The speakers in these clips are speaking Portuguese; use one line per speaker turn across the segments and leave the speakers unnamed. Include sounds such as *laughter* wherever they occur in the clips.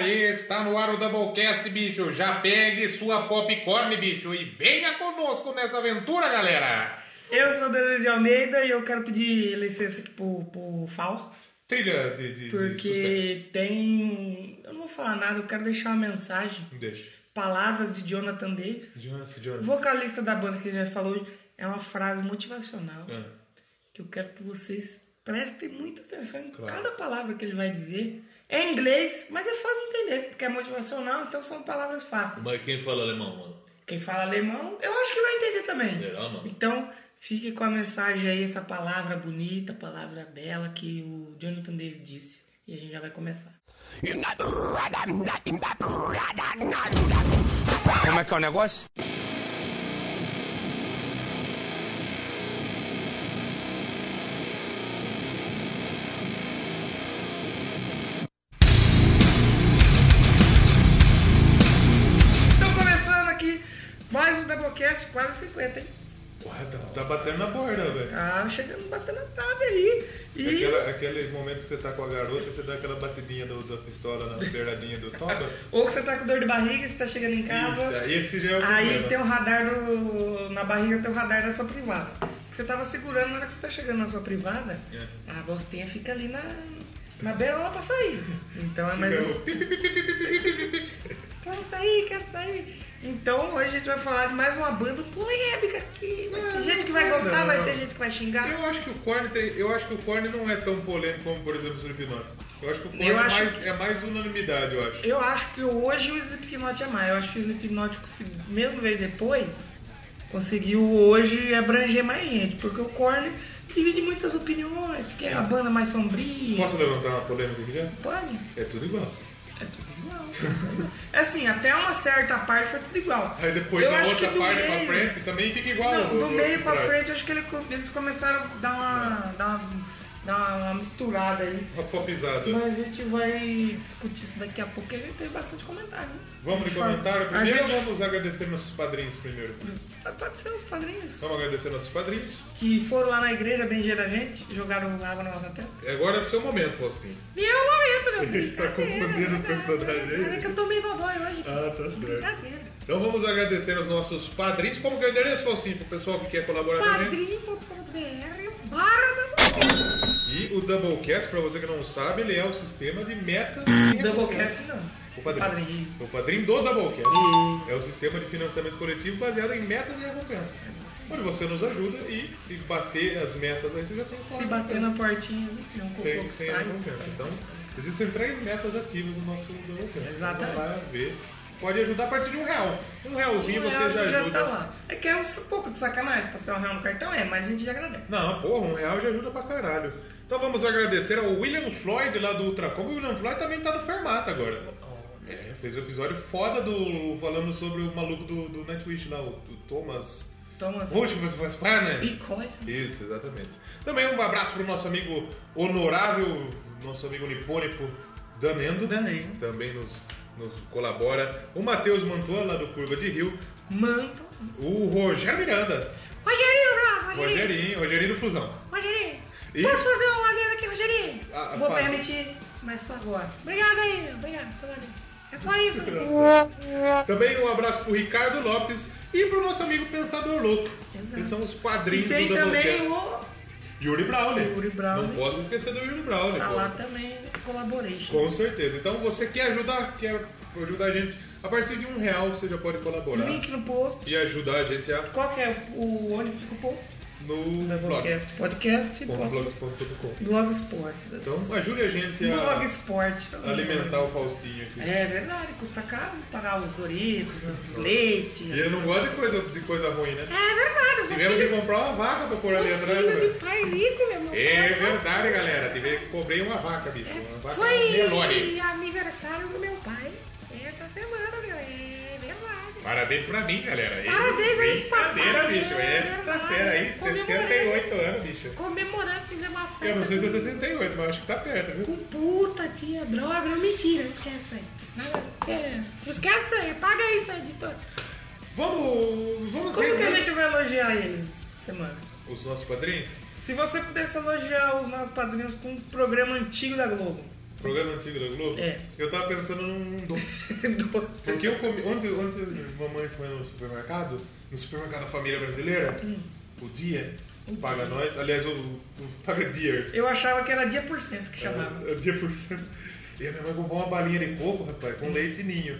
Está no ar o Doublecast, bicho. Já pegue sua popcorn, bicho, e venha conosco nessa aventura, galera.
Eu sou o Deleuze de Almeida e eu quero pedir licença aqui pro, pro Fausto,
Trilha de, de, de suspense.
porque tem. Eu não vou falar nada, eu quero deixar uma mensagem.
Deixa.
Palavras de Jonathan Davis,
Jonas, Jonas.
vocalista da banda que ele já falou hoje, é uma frase motivacional
Ah,
que eu quero que vocês prestem muita atenção em
Claro.
cada palavra que ele vai dizer. É em inglês, mas é fácil de entender, porque é motivacional, então são palavras fáceis.
Mas quem fala alemão, mano?
Quem fala alemão, eu acho que vai entender também.
É,
Será, mano?
Então, fique com a mensagem aí, essa palavra bonita, palavra bela que o Jonathan Davis disse. E a gente já vai começar.
Como é que é o negócio?
Então, começando aqui mais um Doublecast, quase 50, hein?
Ué, tá, tá batendo na borda, velho.
Tá chegando, batendo a trave aí. E
Aquela- aquele momento que você tá com a garota, você dá aquela batidinha do- da pistola na beiradinha do
*laughs*
toba.
ou que você tá com dor de barriga, você tá chegando em casa.
Isso, aí esse já é o
Aí
problema.
tem um- o radar do. Na barriga tem o radar da sua privada. Que Você tava segurando na hora que você tá chegando na sua privada,
É.
a bolsinha fica ali na, na berola pra sair. Então é mais.
Fica o
Quero sair, quero sair. Então hoje a gente vai falar de mais uma banda polêmica aqui. Vai ter
Não,
gente que vai
não,
gostar,
não.
vai ter gente que vai xingar.
Eu acho que o corne tem- eu acho que o corne não é tão polêmico como, por exemplo, o Slipknot. Eu acho que o corne é
Eu acho
mais,
que-
é mais unanimidade, eu acho.
Eu acho que hoje o Slipknot é mais. Eu acho que o Slipknot, consegui- mesmo veio depois, conseguiu hoje abranger mais gente. Porque o Korn divide muitas opiniões, porque é uma banda mais sombria.
Posso levantar uma polêmica aqui já?
Pode?
É tudo igual.
É tudo igual. assim, até uma certa parte foi tudo igual.
Aí depois
eu
da
acho
outra
que do
parte pra
meio,
frente também fica igual.
Não, do
o-
meio pra
o-
frente, eu acho que ele co- eles começaram a dar uma, dar uma, dar uma- uma misturada aí.
Uma popizada.
Mas a gente vai discutir isso daqui a pouco, porque a gente tem bastante comentário. né?
Vamos de
Por favor.
comentário
A
primeiro
gente-
ou vamos agradecer nossos padrinhos primeiro?
Pode ser os padrinhos.
Vamos agradecer nossos padrinhos.
Que foram lá na igreja benzer a gente, jogaram água na nossa testa. tá
Agora é o seu momento, Faustinho.
Meu momento, *laughs* meu
Ele está confundindo o personagem
É
aí.
que eu tô meio dodói hoje.
Ah, tá certo.
Brincadeira.
Então vamos agradecer aos nossos padrinhos. Como que é o endereço, Faustinho, pro pessoal que quer colaborar também?
Padrinho.br barra Doublecast.
E o Doublecast, pra você que não sabe, ele é um sistema de metas. e
Hum. Doublecast não.
O padrinho.
Padrinho.
O padrinho do Doublecast.
E-
É o sistema de financiamento coletivo baseado em metas e recompensas. Onde você nos ajuda e se bater as metas aí, você já tem o
Se
salário.
bater na portinha, né? não
tem,
comprou que
tem a
sai.
recompensa. Então, existem três metas ativas no nosso Doublecast. Então,
Exatamente.
Vai lá ver. Pode ajudar a partir de um real. Um realzinho
Um
você
real
já
você
ajuda.
tá lá. É que é um pouco de sacanagem passar um real no cartão, é, mas a gente já agradece.
Não, porra, um real já ajuda pra caralho. Então vamos agradecer ao William Floyd lá do Ultracom. O William Floyd também tá no Fermata agora. É, fez um episódio foda do. falando sobre o maluco do, do Nightwish lá, o, o Thomas.
Toma assim,
Últimas mas né?
picóis.
Isso, exatamente. Também um abraço pro nosso amigo honorável, nosso amigo nipônico Danendo.
Danendo.
Também nos, nos colabora. O Matheus Mantua lá do Curva de Rio.
Manto.
O Rogério Miranda.
Rogerinho, um abraço, Rogerinho.
Rogerinho, Rogerinho do Fusão.
Rogerinho.
E-
Posso fazer um adendo aqui, Rogerinho?
Ah,
Vou
faz.
permitir, mas só agora.
Obrigado aí, meu. Obrigado, pelo adendo. É só isso.
Também um abraço pro Ricardo Lopes e pro nosso amigo Pensador Louco.
Exato.
Que são os
E
padrinhos
tem
do
também
Doublecast.
o.
Yuri Brawley.
Yuri Brawley.
Não posso esquecer do Yuri Brawley.
Tá
pô.
lá também, Collaboration.
Com certeza. Então você quer ajudar, quer ajudar a gente, a partir de um real você já pode colaborar.
Link no post.
E ajudar a gente a,
Qual que é o onde fica o post?
no blog.
Podcast. Podcast.
Com
blog.
blogspot.com.
Blog Esportes. assim.
Então ajude a gente
blog
a
Esporte.
alimentar o Faustinho aqui.
É verdade, custa caro pagar os Doritos, os leite.
E eu não gosto de coisa, de coisa ruim, né?
É verdade, eu sou
Tivemos
filho,
que comprar uma vaca pra pôr ali
sou
atrás,
filho
velho.
de pai rico, meu irmão.
É
Eu faço-
verdade, galera. Tive que cobrei uma vaca, bicho. Uma vaca Nelore.
Foi aniversário do meu pai essa semana, meu. É verdade.
Parabéns pra mim, galera.
Parabéns
Eu-
aí,
Brincadeira,
papai.
bicho. É sexta-feira aí,
Comemorei.
68 anos, bicho.
Comemorando, fizemos uma festa.
Eu não sei se é 68, mas acho que tá perto, viu?
Com puta, tia, droga, mentira, esquece aí. Não, é, Esquece aí, paga isso aí, editor.
Vamos, vamos
assim. Como que a
ver
gente vai elogiar eles essa semana?
é?
os nossos padrinhos.
Se você pudesse elogiar os nossos padrinhos com um programa antigo da Globo, *laughs*
Programa antigo da Globo?
É.
Eu tava pensando num doce. Porque eu comi. Ontem, ontem mamãe foi no supermercado, no supermercado da família brasileira,
Hum.
o dia, paga nós, aliás, o, o paga dias.
Eu achava que era dia por cento que chamava.
É, é dia por cento. E a minha mãe comprou uma balinha de coco, rapaz,
Hum.
com leite e ninho.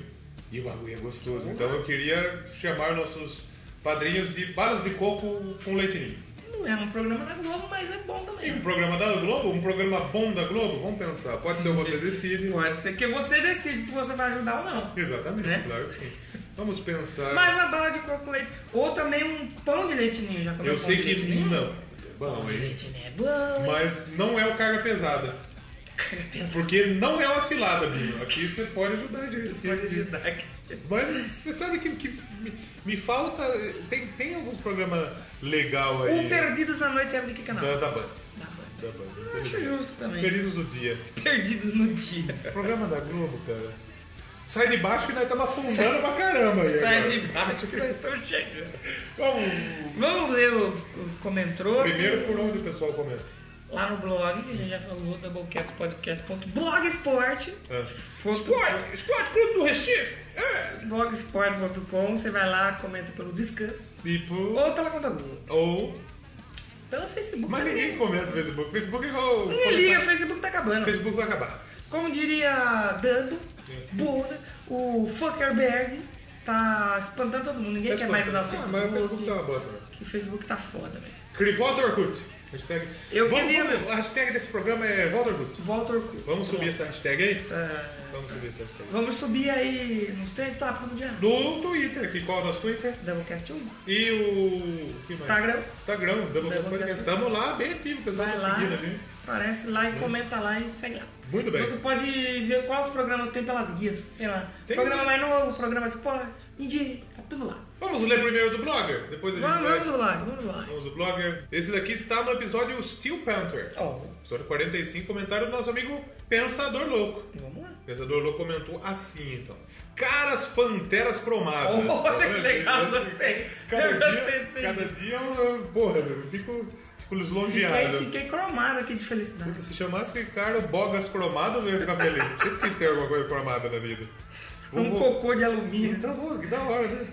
E o bagulho é gostoso. Então eu queria chamar nossos padrinhos de balas de coco com leite e ninho.
Não é um programa da Globo, mas é bom
E um
também.
programa da Globo? Um programa bom da Globo? Vamos pensar. Pode ser o Você Decide.
Pode ser que você decide se você vai ajudar ou não.
Exatamente,
Hum. Né?
claro que sim. Vamos pensar.
Mais uma bala de coco com leite. Ou também um pão de leite ninho. Já comeu
eu
pão
sei
de
que
leite ninho?
não. É
Pão
bom,
de
hein?
leite ninho é bom. hein?
Mas não é o carga pesada.
Cara, pensa,
Porque não é uma cilada, Bino. Aqui você pode ajudar de
você pode ajudar aqui.
Mas você sabe que, que me, me falta. Tem, tem alguns programas legal aí.
O Um Perdidos na Noite era de que canal?
Da, da Band.
Da Band.
Da Band.
Eu acho justo também.
Perdidos do dia.
Perdidos no dia.
Programa da Globo, cara. Sai de baixo que nós estamos afundando pra caramba aí. agora.
Sai de baixo que nós estamos chegando.
Vamos.
Vamos ler os, os comentários.
Primeiro por onde o pessoal comenta.
Lá no blog, que a gente já falou, doublecastpodcast.blogsport.
Ah.
Esporte,
Esporte Clube do Recife!
blogsport.com, você vai lá, comenta pelo Discuss
Tipo.
ou pela conta Google,
Ou.
pelo Facebook.
Mas
também.
ninguém comenta no Facebook. Facebook é igual.
Ninguém liga, o Facebook tá acabando.
Facebook vai acabar.
Como diria Dando, Buda, o Fuckerberg tá espantando todo mundo. Ninguém quer é mais usar o
Ah, mas o Facebook tá
Facebook.
uma bosta, né?
que o Facebook tá foda, velho.
Crivota Orkut. Hashtag.
Eu
vamos,
queria,
vamos-
meu.
A hashtag desse programa é Volta Orkut.
Volta ao Orkut.
Vamos subir essa hashtag aí?
Tá.
Vamos subir essa hashtag.
Vamos subir aí nos três tópicos do dia.
No Twitter, que qual é o nosso Twitter?
Doublecast 1.
E o. que mais?
Instagram.
Instagram, Doublecast Podcast. Estamos lá bem ativo, o pessoal
Vai
tá
lá,
seguindo ali.
aparece lá e comenta lá e segue lá.
Muito bem.
Você pode ver quais programas tem pelas guias. Tem lá.
Tem
programa
lá.
mais novo, programa esporte, indie, tá tudo lá.
Vamos ler primeiro do blogger? Depois a gente
Vamos,
vai.
vamos lá, vamos lá.
Vamos do blogger. Esse daqui está no episódio Steel Panther.
Ó,
Episódio 45, comentário do nosso amigo Pensador Louco.
vamos lá.
O Pensador Louco comentou assim, então. Caras Panteras Cromadas. Tá
Olha que legal, gostei.
Cada
Eu gostei disso
dia,
aí.
cada dia eu, eu- porra, eu fico, fico lisonjeado.
Fiquei, fiquei cromado aqui de felicidade.
Porque se chamasse cara Bogas Cromado, eu ia ficar feliz. Sempre quis ter alguma coisa cromada na vida. Vou-
Um
vou-
cocô de alumínio.
Então, pô, que da hora, né?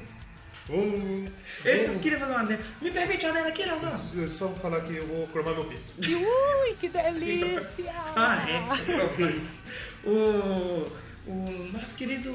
Vou...
Esses
vou-
queriam fazer uma dela. Me permite uma dela aqui, Leozão?
Eu só vou falar que eu vou cromar meu pinto.
Ui, que
*laughs*
delícia!
Ah, é. o, o nosso querido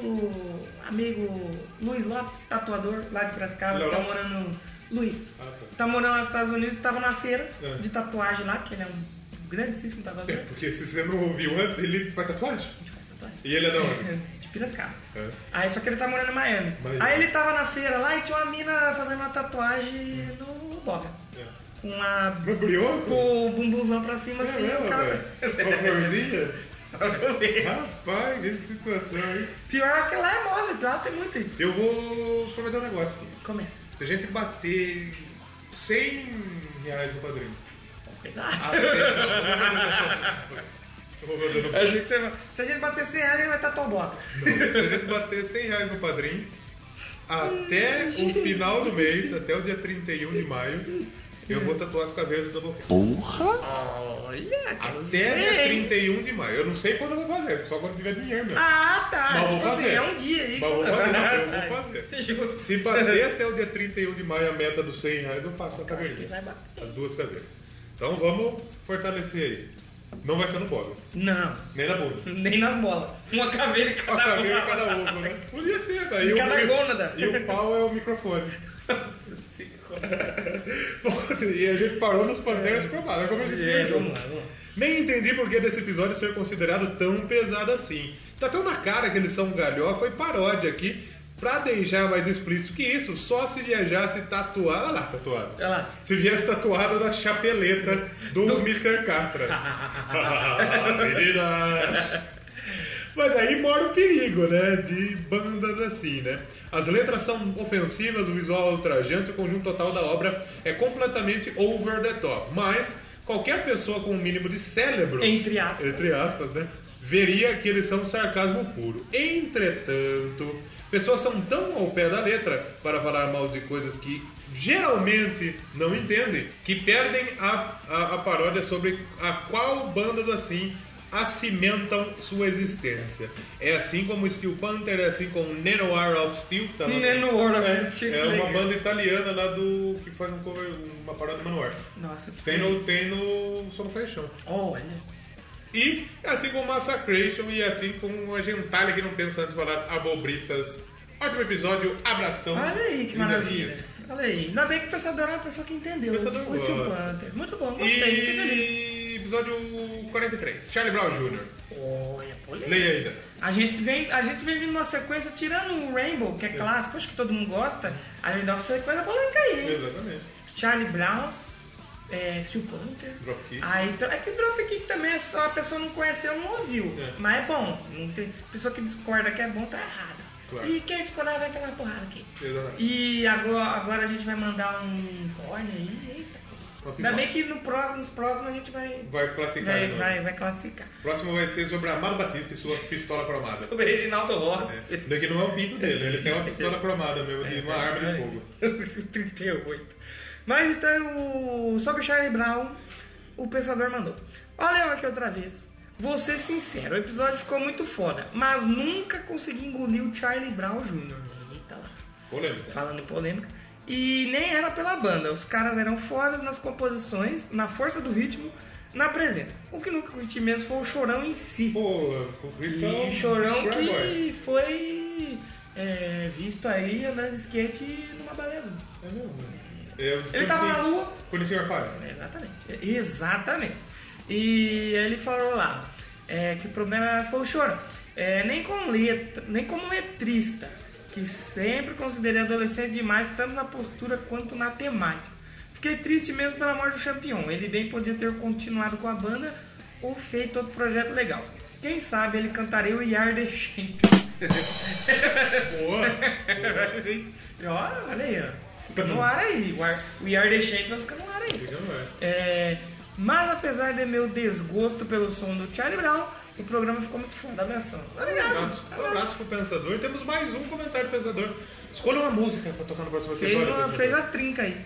amigo Luiz Lopes, tatuador lá de Piracicaba,
Léo
tá
Lopes?
morando. Luiz.
Ah, tá.
Tá morando lá nos Estados Unidos, tava na feira
É.
de tatuagem lá, que ele é um grandíssimo
É,
tatuador.
porque se você não ouviu antes, ele faz tatuagem.
A gente faz tatuagem.
E ele é da onde?
De Piracicaba.
É.
Aí só que ele tá morando em Miami.
Miami.
Aí ele tava na feira lá e tinha uma mina fazendo uma tatuagem no boga.
É.
Com a
No brioco?
com o bumbumzão pra cima,
É
assim,
mesmo,
o cara- *laughs*
velho? Com a florzinha? Rapaz, que situação, hein?
Pior que lá é mole, lá tem muito isso.
Eu vou prometer um negócio aqui.
Como é?
Se a gente bater 100 reais no padrinho. Ah,
Cuidado.
Eu vou fazer no
Eu achei que você vai- Se a gente bater 100 reais, ele vai tatuar o box.
Se a gente bater 100 reais no padrinho, até o final do mês, até o dia 31 de maio, eu vou tatuar as caveiras do Doublecast.
Olha, cara.
Até dia 31 de maio. Eu não sei quando eu vou fazer, só quando tiver dinheiro mesmo.
Ah, tá.
Mas
tipo
vou
assim,
fazer.
é um dia aí.
Mas vou fazer, eu vou fazer.
*laughs* Justo.
Se bater *laughs* até o dia 31 de maio a meta dos 100 reais, eu faço a
Acho que
caveirinha.
vai bater.
As duas caveiras. Então vamos fortalecer aí. Não vai ser no bolo,
Não,
nem na
*laughs*
bunda.
nem nas bolas. Uma caveira em
Uma
cada
caveira em
uma.
cada ovo, né? Podia ser, tá? E
Em cada
o-
gônada.
E o pau é o
*laughs*
microfone. *laughs* Bom, e a gente parou nos Panteras Cromadas. Como a gente
É,
viajou.
vamos lá, vamos lá.
Nem entendi por que desse episódio ser considerado tão pesado assim. Tá tão na cara que eles são um galhofa e paródia aqui. Pra deixar mais explícito que isso, só se viajasse tatuada. Olha lá, tatuada.
Olha lá.
Se viesse tatuada da chapeleta do, Mr. Catra. Meninas! Mas aí mora o perigo, né? De bandas assim, né? As letras são ofensivas, o visual é ultrajante, o conjunto total da obra é completamente over the top. Mas qualquer pessoa com um mínimo de cérebro,
Entre aspas.
entre aspas, né? Veria que eles são sarcasmo puro. Entretanto, pessoas são tão ao pé da letra para falar mal de coisas que geralmente não entendem que perdem a, a, a paródia sobre a qual bandas assim acimentam sua existência. É assim como Steel Panther, é assim como Nano War of Steel, que tá lá-
Nano War of
É,
Steel,
É
legal.
uma banda italiana lá do. que faz um cover, uma parada de Manowar.
Nossa, que
Tem no, tem no Sono Paixão.
Olha.
E assim como Massacration e assim como a gentalha que não pensa antes de falar abobritas. Ótimo episódio, abração.
Olha aí que
lindas
maravilha.
minhas.
Olha aí. Ainda bem que o Pensador é uma pessoa que entendeu.
Pensador
o Steel
gosta.
Panther. Muito bom, gostei, fiquei feliz.
E episódio 43, Charlie Brown Jr.
Olha, polêmica.
Leia ainda.
A gente, vem, a gente vem vindo numa sequência, tirando o Rainbow, que é clássico, acho que todo mundo gosta, a gente dá uma sequência polêmica aí. hein?
Exatamente.
Charlie Brown's, é, Steel Panther.
Dropkick.
Aí, tro- é que o Dropkick também é só a pessoa não conheceu, não ouviu.
É.
Mas é bom. Não tem, pessoa que discorda que é bom tá errada.
Claro.
E quem discordar vai tomar porrada aqui.
Exatamente.
E agora, agora a gente vai mandar um corne aí. Eita.
Uma
Ainda
pipoca.
bem que no próximo, nos próximos a gente vai,
então, Vai classificar.
vai,
de novo.
vai, vai classificar.
Próximo vai ser sobre Amado Batista e sua pistola cromada.
Sobre Reginaldo Rossi.
Daqui não é o pinto dele, ele tem uma pistola cromada mesmo, de uma arma de fogo.
*laughs* O 38. Mas então, o- sobre o Charlie Brown, o pensador mandou. Olha eu aqui outra vez. Vou ser sincero, o episódio ficou muito foda, mas nunca consegui engolir o Charlie Brown Jr. Eita lá,
Polêmica.
falando em polêmica. E nem era pela banda, os caras eram fodas nas composições, na força do ritmo, na presença. O que nunca curti mesmo foi o chorão em si.
Pô, o Cristo é um
E Então, chorão
bad boy.
que foi é, visto aí andando de skate numa baleia azul.
É mesmo, né? É, quando
Ele tava
o
na
senhor-
lua.
Quando o senhor fala. né?
Exatamente. Exatamente. E ele falou lá é, que o problema foi o chorão. É, nem, com letra, nem como letrista, que sempre considerei adolescente demais, tanto na postura quanto na temática. Fiquei triste mesmo pela morte do campeão. Ele bem podia ter continuado com a banda ou feito outro projeto legal. Quem sabe ele cantaria o Yard the Shape.
*laughs* Boa.
Gente, É, ó, Olha aí, ó. Fica no ar aí. O ar- O Yard the Shape fica no ar aí.
Diga, não é.
É, mas apesar de meu desgosto pelo som do Charlie Brown, o programa ficou muito foda. Abração.
Um
Obrigado.
abraço, um abraço pro Pensador. Temos mais um comentário do Pensador. Escolha uma música pra tocar no próximo
Fez,
episódio.
uma-
Pensador.
fez a trinca aí.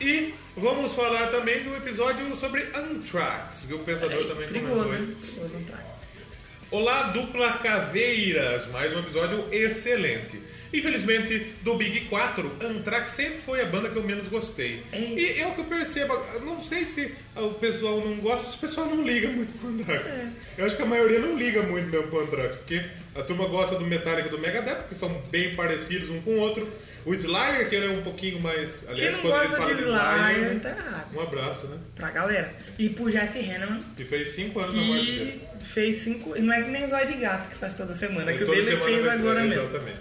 E vamos falar também do episódio sobre Anthrax, que o Pensador também
É, Perigoso,
comentou aí.
hein? Perigoso, um trago.
Olá, dupla Caveiras! Mais um episódio excelente. Infelizmente, do Big 4, Anthrax sempre foi a banda que eu menos gostei.
Ei.
E é o que eu percebo. eu Não sei se o pessoal não gosta, se o pessoal não liga muito pro Anthrax.
É.
Eu acho que a maioria não liga muito mesmo pro Anthrax, porque a turma gosta do Metallica e do Megadeth, porque são bem parecidos um com o outro. O Slayer, que ele é um pouquinho mais... Aliás,
não
quando ele
gosta
fala
de Slayer,
né?
tá errado.
Um abraço, né?
Pra galera. E pro Jeff Hanneman,
Que fez 5 anos na morte dele.
que fez cinco. e Não é que nem o Zóio de Gato que faz toda semana, que o
Toda
dele
semana
fez
vai
agora
ser,
mesmo.
Exatamente.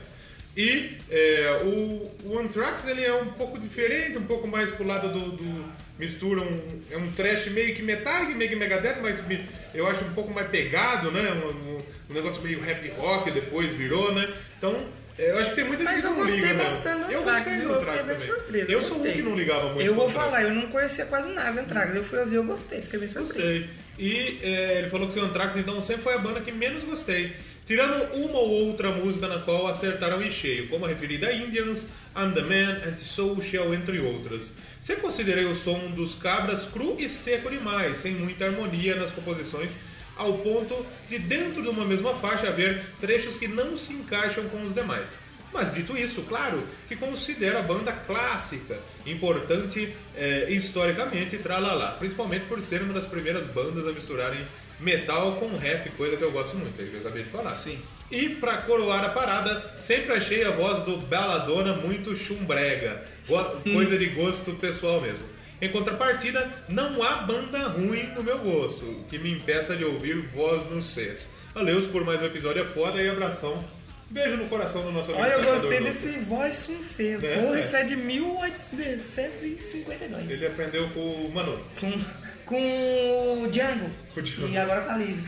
E é, o, o Anthrax ele é um pouco diferente, um pouco mais pro lado do. do- mistura um. É um trash meio que metal, meio que megadeth, mas me- eu acho um pouco mais pegado, né? Um, um- um negócio meio rap rock depois virou, né? Então. é, Eu acho que tem muita
Mas
gente
eu
que não
gostei
liga, né?
bastante do
Eu
Anthrax,
gostei
viu?
do
Eu fiquei
Anthrax
bem
também.
surpresa,
eu sou um
gostei.
que não ligava muito.
Eu
pro
vou
Anthrax.
falar, eu não conhecia quase nada do Antrax. Eu fui ouvir, eu gostei, fiquei bem surpreso.
Gostei. E é, ele falou que o Anthrax então sempre foi a banda que menos gostei. Tirando uma ou outra música na qual acertaram em cheio, como a referida a Indians, I'm the Man, Antisocial, entre outras. Sempre considerei o som dos cabras cru e seco demais, sem muita harmonia nas composições, ao ponto de dentro de uma mesma faixa haver trechos que não se encaixam com os demais. Mas dito isso, claro, que considero a banda clássica, importante eh, historicamente, tralalá, principalmente por ser uma das primeiras bandas a misturarem metal com rap, coisa que eu gosto muito, aí que eu acabei de falar.
Sim.
E pra coroar a parada, sempre achei a voz do Baladona muito chumbrega, go- coisa de gosto pessoal mesmo. Em contrapartida, não há banda ruim no meu gosto, que me impeça de ouvir voz nos seis. Valeu por mais um episódio é foda e abração. Beijo no coração do nosso amigo.
Olha, eu
pensador
gostei
louco.
desse voz funcedo.
É,
Porra,
é.
isso é de 1852.
Ele aprendeu com o Manu.
Com, com o Django.
Com o Django.
E agora tá livre.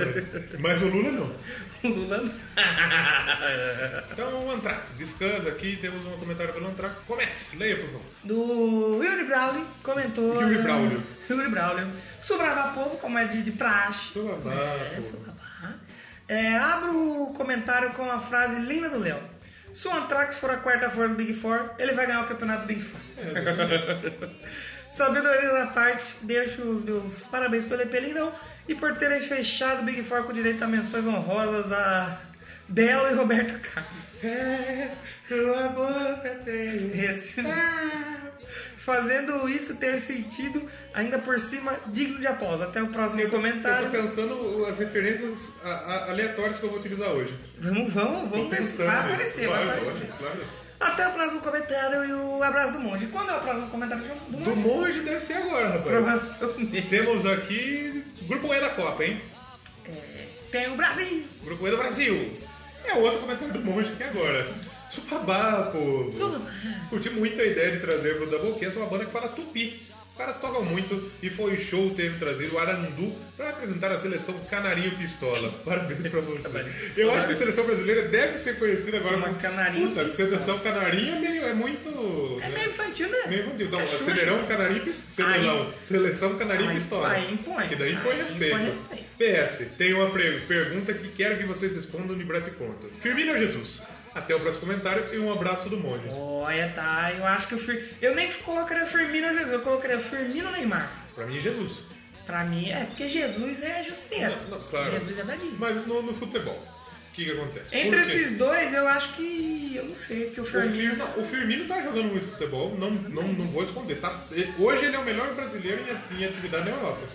*laughs*
Mas o Lula não.
O Lula não.
Então, o Antrax, descansa aqui, temos um comentário pelo Antrax. Comece, leia, por favor.
Do Yuri Braulio comentou.
Yuri Braulio.
Yuri Braulio. Sobrava pouco, como é de, de praxe.
Seu
Sou
babaco.
babá. É, abro o comentário com a frase linda do Léo. Se o Antrax for a quarta força do Big Four, ele vai ganhar o campeonato do Big Four. *laughs* Sabedoria da parte, deixo os meus parabéns pelo EP lindão e por terem fechado o Big Four com direito a menções honrosas a Belo e Roberto Carlos. É, tua boca tem esse. né? Fazendo isso ter sentido, ainda por cima, digno de aplauso. Até o próximo
Eu tô
comentário.
pensando as referências a- a- aleatórias que eu vou utilizar hoje.
Vamos, vamos,
Tô
vamos ver se
pensando.
vai
nisso.
aparecer, vai
Claro,
aparecer.
lógico, claro.
Até o próximo comentário e o abraço do monge. Quando é o próximo comentário do monge?
Do monge deve ser agora, rapaz.
Provavelmente.
Temos aqui Grupo E da Copa, hein?
Tem o Brasil.
Grupo E do Brasil. É outro comentário do monge aqui agora. Supabá, povo. Curti muito a ideia de trazer pro Doublecast uma banda que fala tupi. Os caras tocam muito e foi show ter trazido o Arandu para apresentar a seleção Canarinho Pistola. *laughs* Parabéns pra você. Eu acho que a seleção brasileira deve ser conhecida agora
Uma
como
Canarinho
Puta,
Pistola.
seleção Canarinho é, meio, é muito.
É meio infantil, né?
Meio infantil. Não, é
Cachorro.
Celeirão, Canarinho Pistola. Celeirão. Seleção Canarinho
Aí-
Pistola.
aí impõe.
Que daí impõe
Aí
respeito.
impõe respeito.
PS, tem uma pre- pergunta que quero que vocês respondam de breve conta. Firmino ou Jesus? Até o próximo comentário e um abraço do Mônio.
Olha, tá. Eu acho que o Fir... Eu nem colocaria Firmino ou Jesus, eu colocaria Firmino ou Neymar.
Pra mim é Jesus.
Pra mim, é porque Jesus é justiça.
Não, não, claro.
Jesus é da Disney.
Mas no, no futebol, o que, que acontece?
Entre
Por quê?
esses dois, eu acho que. Eu não sei, porque o
O Firmino,
Firmino.
não, o Firmino tá jogando muito futebol, não, não, não vou esconder. tá? E- hoje ele é o melhor brasileiro em, em atividade na Europa.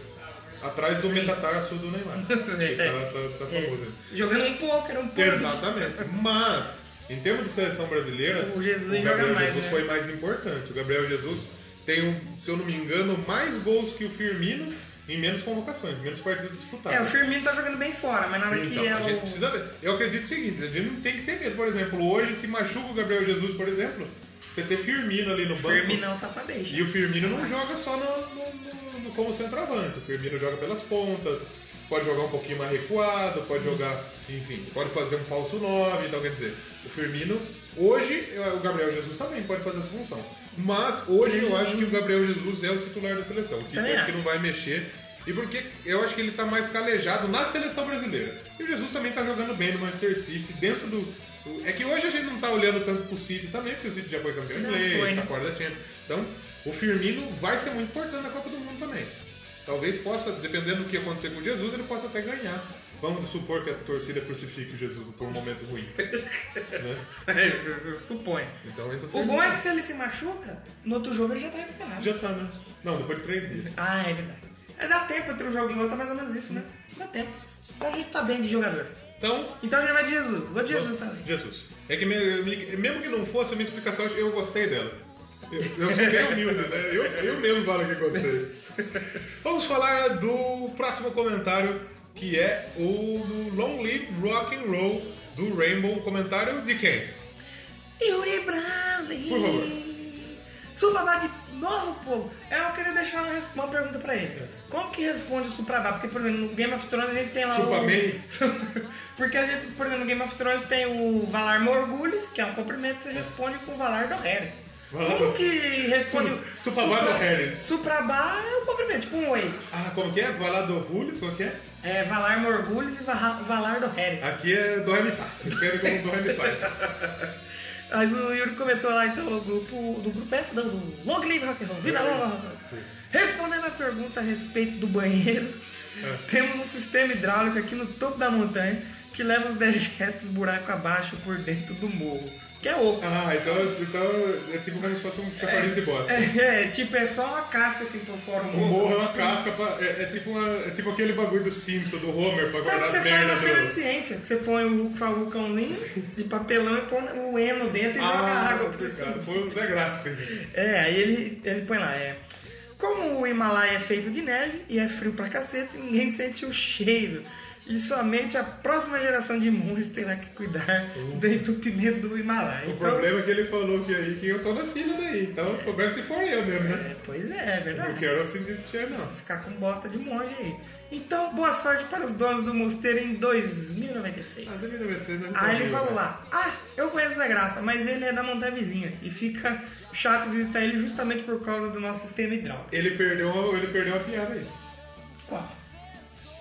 Atrás do metatarso do
*laughs*
Neymar. Tá, tá, tá famoso. ele.
É, jogando um pôquer, um pôquer.
Exatamente. Mas, em termos de seleção brasileira,
O Jesus joga
Gabriel
mais,
Jesus
né?
foi mais importante. O Gabriel Jesus tem, um, se eu não me engano, mais gols que o Firmino em menos convocações, menos partidas disputadas.
É, o Firmino tá jogando bem fora, mas na hora
Então,
que é
a gente
o.
precisa ver. Eu acredito o seguinte, a gente não tem que ter medo. Por exemplo, hoje se machuca o Gabriel Jesus, por exemplo, você ter Firmino ali no banco.
Firminão safadeza.
*laughs* E o Firmino não joga só no, no, no- no- como centroavante. O Firmino joga pelas pontas, pode jogar um pouquinho mais recuado, pode jogar, enfim, pode fazer um falso 9. Então, quer dizer, o Firmino, hoje, eu- o Gabriel Jesus também pode fazer essa função. Mas hoje eu acho que o Gabriel Jesus é o titular da seleção. O
Também
titular que
acho.
não vai mexer. E porque eu acho que ele tá mais calejado na seleção brasileira. E o Jesus também tá jogando bem no Manchester City, dentro do. do- É que hoje a gente não tá olhando tanto pro City também, porque o City já foi campeão
Não,
inglês,
foi. né?
tá fora da Champions. Então, o Firmino vai ser muito importante na Copa do Mundo também. Talvez possa, dependendo do que acontecer com o Jesus, ele possa até ganhar. Vamos supor que a torcida crucifique o Jesus por um momento ruim. né?
Suponho.
Então entra
O
Firmino.
bom é que se ele se machuca, no outro jogo ele já tá recuperado.
Já tá, né? Não, depois de três dias.
Ah, é verdade. É, dá tempo entre um jogo e outro, é mais ou menos isso, né? Dá tempo. Então a gente tá bem de jogador.
Então,
Então a gente vai de Jesus. Vou de Jesus também.
Jesus. É que me- me- mesmo que não fosse a minha explicação, eu gostei dela. Eu, eu sou bem humilde, né? Eu, eu mesmo falo que gostei. Vamos falar do próximo comentário, que é o do Long Live Rock and Roll do Rainbow. Comentário de quem?
Yuri Bradley.
Por favor.
Supabá de novo, povo. Eu queria deixar uma, res- uma pergunta pra ele. Como que responde o Suprabá? Porque, por exemplo, no Game of Thrones a gente tem lá
Supamei?
o... *laughs* Porque, a gente, por exemplo, no Game of Thrones tem o Valar Morgulhos, que é um cumprimento que você responde com o Valar do Harris.
Valar
Como
do-
que responde... o-
Su- Supabá
Supra-
Doheres.
Suprabá é um cumprimento, tipo um oi.
Ah, como que é? Vai lá do Rules, qual que é?
É Valar Morgulhos e Vaha- Valar do Harris.
Aqui é do Remify. Espero que eu não do Remify.
Mas o Yuri comentou lá então no grupo do grupo F, não, do Long Live Rock and Roll, Vida Longa Rock and Roll. Respondendo a pergunta a respeito do banheiro,
É.
temos um sistema hidráulico aqui no topo da montanha que leva os dejetos buraco abaixo por dentro do morro, que é oco.
Ah, então, então é tipo como se fosse um chafariz de bosta.
É, é, tipo, é só uma casca assim por fora
O
o
morro é
morro.
uma casca, pra- é, é tipo uma- é tipo aquele bagulho do Simpson, do Homer, pra
Não,
guardar
você
as
faz na
merdas
feira de
do...
ciência, que você põe o falcãozinho de papelão e põe o eno dentro e joga
Ah,
água por cima.
obrigado. Foi o Zé Graça que fez isso.
É, aí ele, ele põe lá, é. Como o Himalaia é feito de neve e é frio pra cacete, ninguém sente o cheiro. E somente a próxima geração de monges terá que cuidar do entupimento do Himalaia.
O
Então,
problema é que ele falou que aí que eu tô na fila daí, então o problema é se for eu mesmo, né?
é, pois é, é
Eu não
verdade.
quero assim de tirar, não.
Ficar com bosta de monge aí. Então, boa sorte para os donos do mosteiro em 2096.
Ah, 2096 não
Aí ele
comigo,
falou
né?
lá, ah, eu conheço a graça, mas ele é da montanha vizinha. E fica chato visitar ele justamente por causa do nosso sistema hidráulico.
Ele perdeu, uma- ele perdeu uma piada aí.
Qual?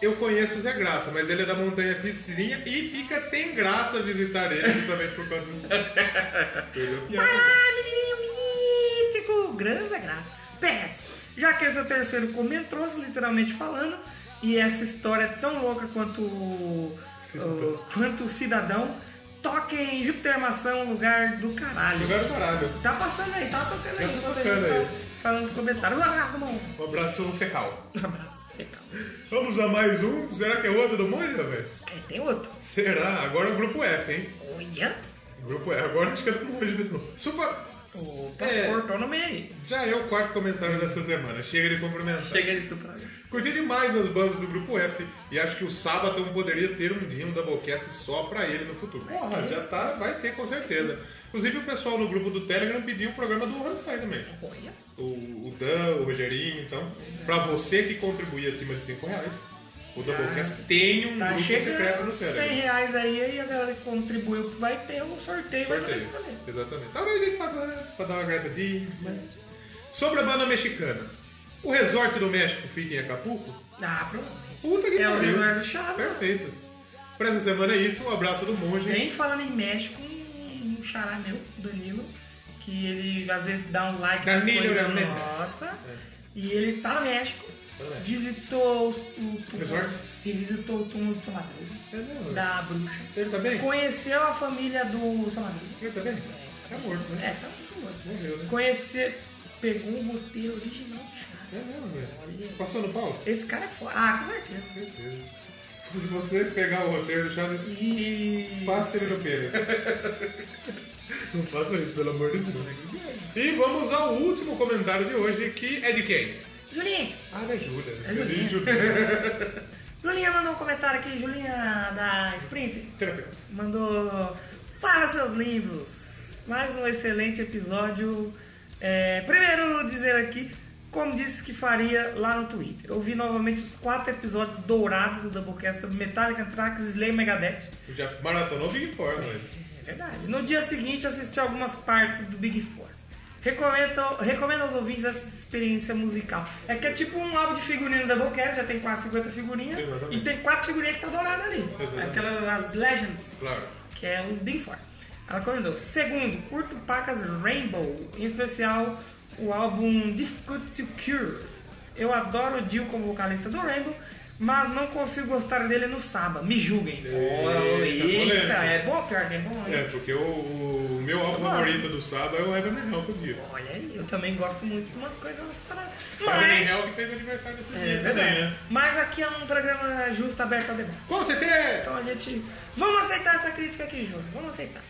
Eu conheço o Zé Graça, mas ele é da montanha vizinha e fica sem graça visitar ele justamente por causa do... *laughs* Perdeu a piada.
Olá, menininho mítico! Grande graça. PS, já que esse é o terceiro comentou-se, literalmente falando, e essa história é tão louca quanto o- o- quanto o cidadão, toquem em Júpiter Maçã, um lugar do caralho.
Lugar do caralho.
Tá passando aí, tá tocando aí.
Eu tô
enquanto a
tocando
gente
aí.
tá Falando nos comentários. Um abraço, mano.
Um abraço fecal.
Um abraço. Legal.
Vamos a mais um? Será que é o outro do monte, rapaz?
Aí é, tem outro.
Será? Agora é o grupo F, hein?
Olha.
Grupo F. Agora acho que é do monte de novo. Supa...
Opa,
É.
cortou no meio aí.
Já é o quarto comentário dessa semana. Chega de cumprimentar.
Chega eles do programa.
Curti demais as bandas do Grupo F e acho que o Sábado poderia ter um dia um Doublecast só pra ele no futuro. Porra, já tá, vai ter com certeza. Inclusive o pessoal no grupo do Telegram pediu o programa do Rammstein também.
Olha.
O, o Dan, o Rogerinho, então. Pra você que contribuir acima de 5 reais, o Doublecast tem um
Tá
grupo secreto
chegando
no
100
Telegram.
reais aí, aí a galera que contribuiu vai ter um sorteio, vai poder
Sorteio.
escolher.
Exatamente. Talvez a gente faça antes pra dar uma agradadinha. Mas... Sobre a banda mexicana. O resort do México fica em Acapulco?
Ah, pronto.
Puta que
É o
pariu.
Eduardo Chaves.
Perfeito. Pra essa semana é isso. Um abraço do monge.
Nem falando em México, um um xará meu, Danilo, que ele às vezes dá um like nas
Danilo É.
coisas
Granete.
nossa. E ele tá no México, visitou o, o túmulo-
Resort?
e visitou o túmulo do Samadruga,
É, Ele
da bruxa.
tá bem?
Conheceu a família do Samadruga.
Ele tá bem? Tá morto, né?
É, tá muito louco.
Morreu, né?
Conhecer, pegou o roteiro original do xará.
É mesmo, velho. Passou no pau?
Esse cara é foda. Ah, com certeza.
Certeza. Se você pegar o roteiro do Chaves,
E.
passe ele no pênis. *laughs* Não faça isso, pelo amor de Deus. E vamos ao último comentário de hoje, que é de quem?
Julinha!
Ah, da Júlia.
É Julinha.
De Julinha.
Julinha mandou um comentário aqui, Julinha da Sprinter.
Terapeuta.
Mandou. Fala, seus lindos! Mais um excelente episódio. É, primeiro, dizer aqui, como disse que faria lá no Twitter. Ouvi novamente os quatro episódios dourados do Doublecast sobre Metallica, Anthrax, Slayer e Megadeth.
Já maratonou Big Four, né? mas...
É verdade. No dia seguinte, assisti algumas partes do Big Four. Recomendo, recomendo aos ouvintes essa experiência musical. É que é tipo um álbum de figurinha do Doublecast, já tem quase 50 figurinhas.
Exatamente.
E tem quatro figurinhas que tá dourada ali.
Exatamente.
Aquelas as Legends
Claro.
que é o Big Four. Ela comentou: segundo, curto pacas Rainbow, em especial o álbum Difficult to Cure. Eu adoro o Dio como vocalista do Rainbow, mas não consigo gostar dele no Saba. Me julguem. Oh,
polêmica.
eita, é bom, pior que é bom. né?
É, porque o, o meu álbum
Claro.
favorito do sábado é o Heaven and Hell, que eu digo.
Olha aí, eu também gosto muito de umas coisas, umas paradas.
Heaven and
Mas.
Hell que fez o aniversário desse
É
dia né? também,
verdade.
né?
Mas aqui é um programa justo, aberto ao debate.
Com certeza!
Então a gente. Vamos aceitar essa crítica aqui, Júnior. Vamos aceitar.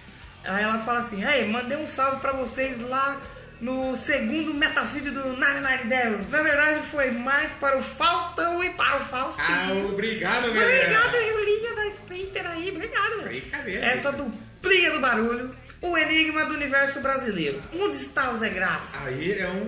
Aí ela fala assim: Ei, mandei um salve pra vocês lá no segundo Metafílio do Nine Nine Devils. Na verdade, foi mais para o Faustão e para o Faustão.
Ah, obrigado, galera!
Obrigado, Julinha da Sprinter aí. Obrigado.
Brincadeira.
Essa duplinha do barulho. O enigma do universo brasileiro. Onde está o Zé Graça?
Aí é um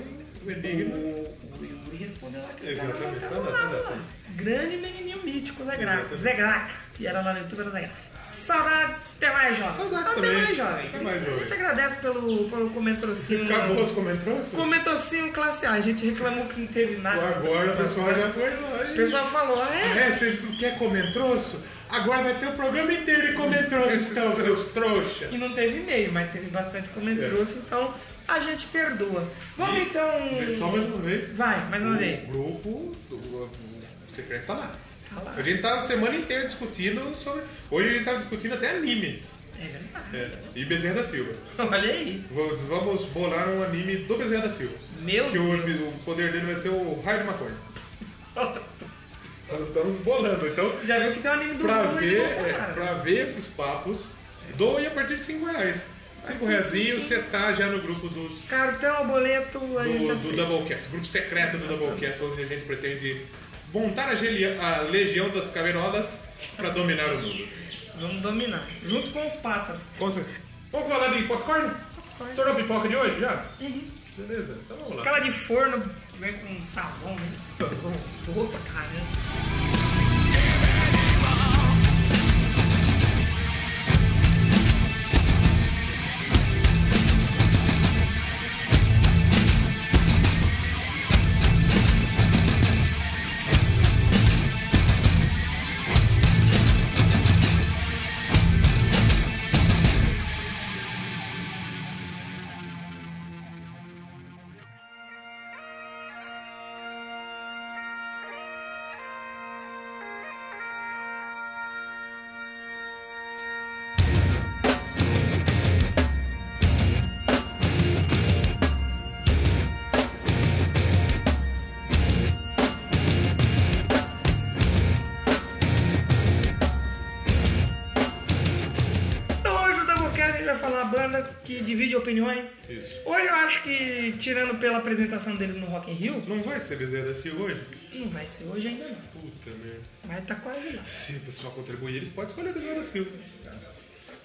O,
enigma.
o Yuri respondeu lá que ele tava
Exatamente,
lá,
tá lá,
tava
tá
lá,
lá,
lá.
tá lá.
Grande menininho mítico, Zé Graca.
Exatamente.
Zé Graca. E era lá no YouTube, era o Zé Graca. Saudades, até mais, jovem.
Saudades
até
também.
mais, jovem.
Até mais,
A
jovem.
gente agradece pelo, pelo comentrocinho.
Acabou os comentários?
Comentrocinho classe A. A gente reclamou que não teve nada.
Agora tá o pessoal já foi lá.
O
e-
pessoal falou, é,
É, vocês não querem comentroço? Agora vai ter o programa inteiro de comentroço, então, seus trouxa.
E não teve e-mail, mas teve bastante
É.
comentroço, então a gente perdoa. Vamos então.
Só um mais uma vez.
Vai, mais uma
o
vez.
grupo do, o secreto tá lá.
Tá lá.
A gente tá a semana inteira discutindo sobre. Hoje a gente tá discutindo até anime.
É verdade. *laughs*
É, e Bezerra da Silva.
Olha aí.
V- Vamos bolar um anime do Bezerra da Silva.
Meu
que o, o poder dele vai ser o raio de *laughs* maconha. Nós estamos bolando, então.
Já viu que tem um anime do
Pra
Lula de
ver, é,
Bolsonaro.
pra ver esses papos, doe a partir de 5 reais. 5 reais você tá já no grupo dos
Cartão, boleto, a gente
do, do
aceita.
Doublecast, grupo secreto do Doublecast, onde a gente pretende montar a, gelia- a legião das caverolas para dominar o mundo.
Vamos dominar. Junto com os pássaros.
Com certeza. Vamos falar de popcorn? Estourou a pipoca de hoje já?
Uhum.
Beleza, então vamos lá.
Aquela de forno, vem com sazon, né? Opa, caramba. Então, uma banda que divide opiniões.
Isso.
Hoje eu acho que, tirando pela apresentação deles no Rock in Rio,
Não vai ser Bezerra da Silva hoje?
não vai ser hoje ainda não.
Puta merda.
Mas tá quase lá.
Se o pessoal contribuir, eles podem escolher Bezerra da Silva.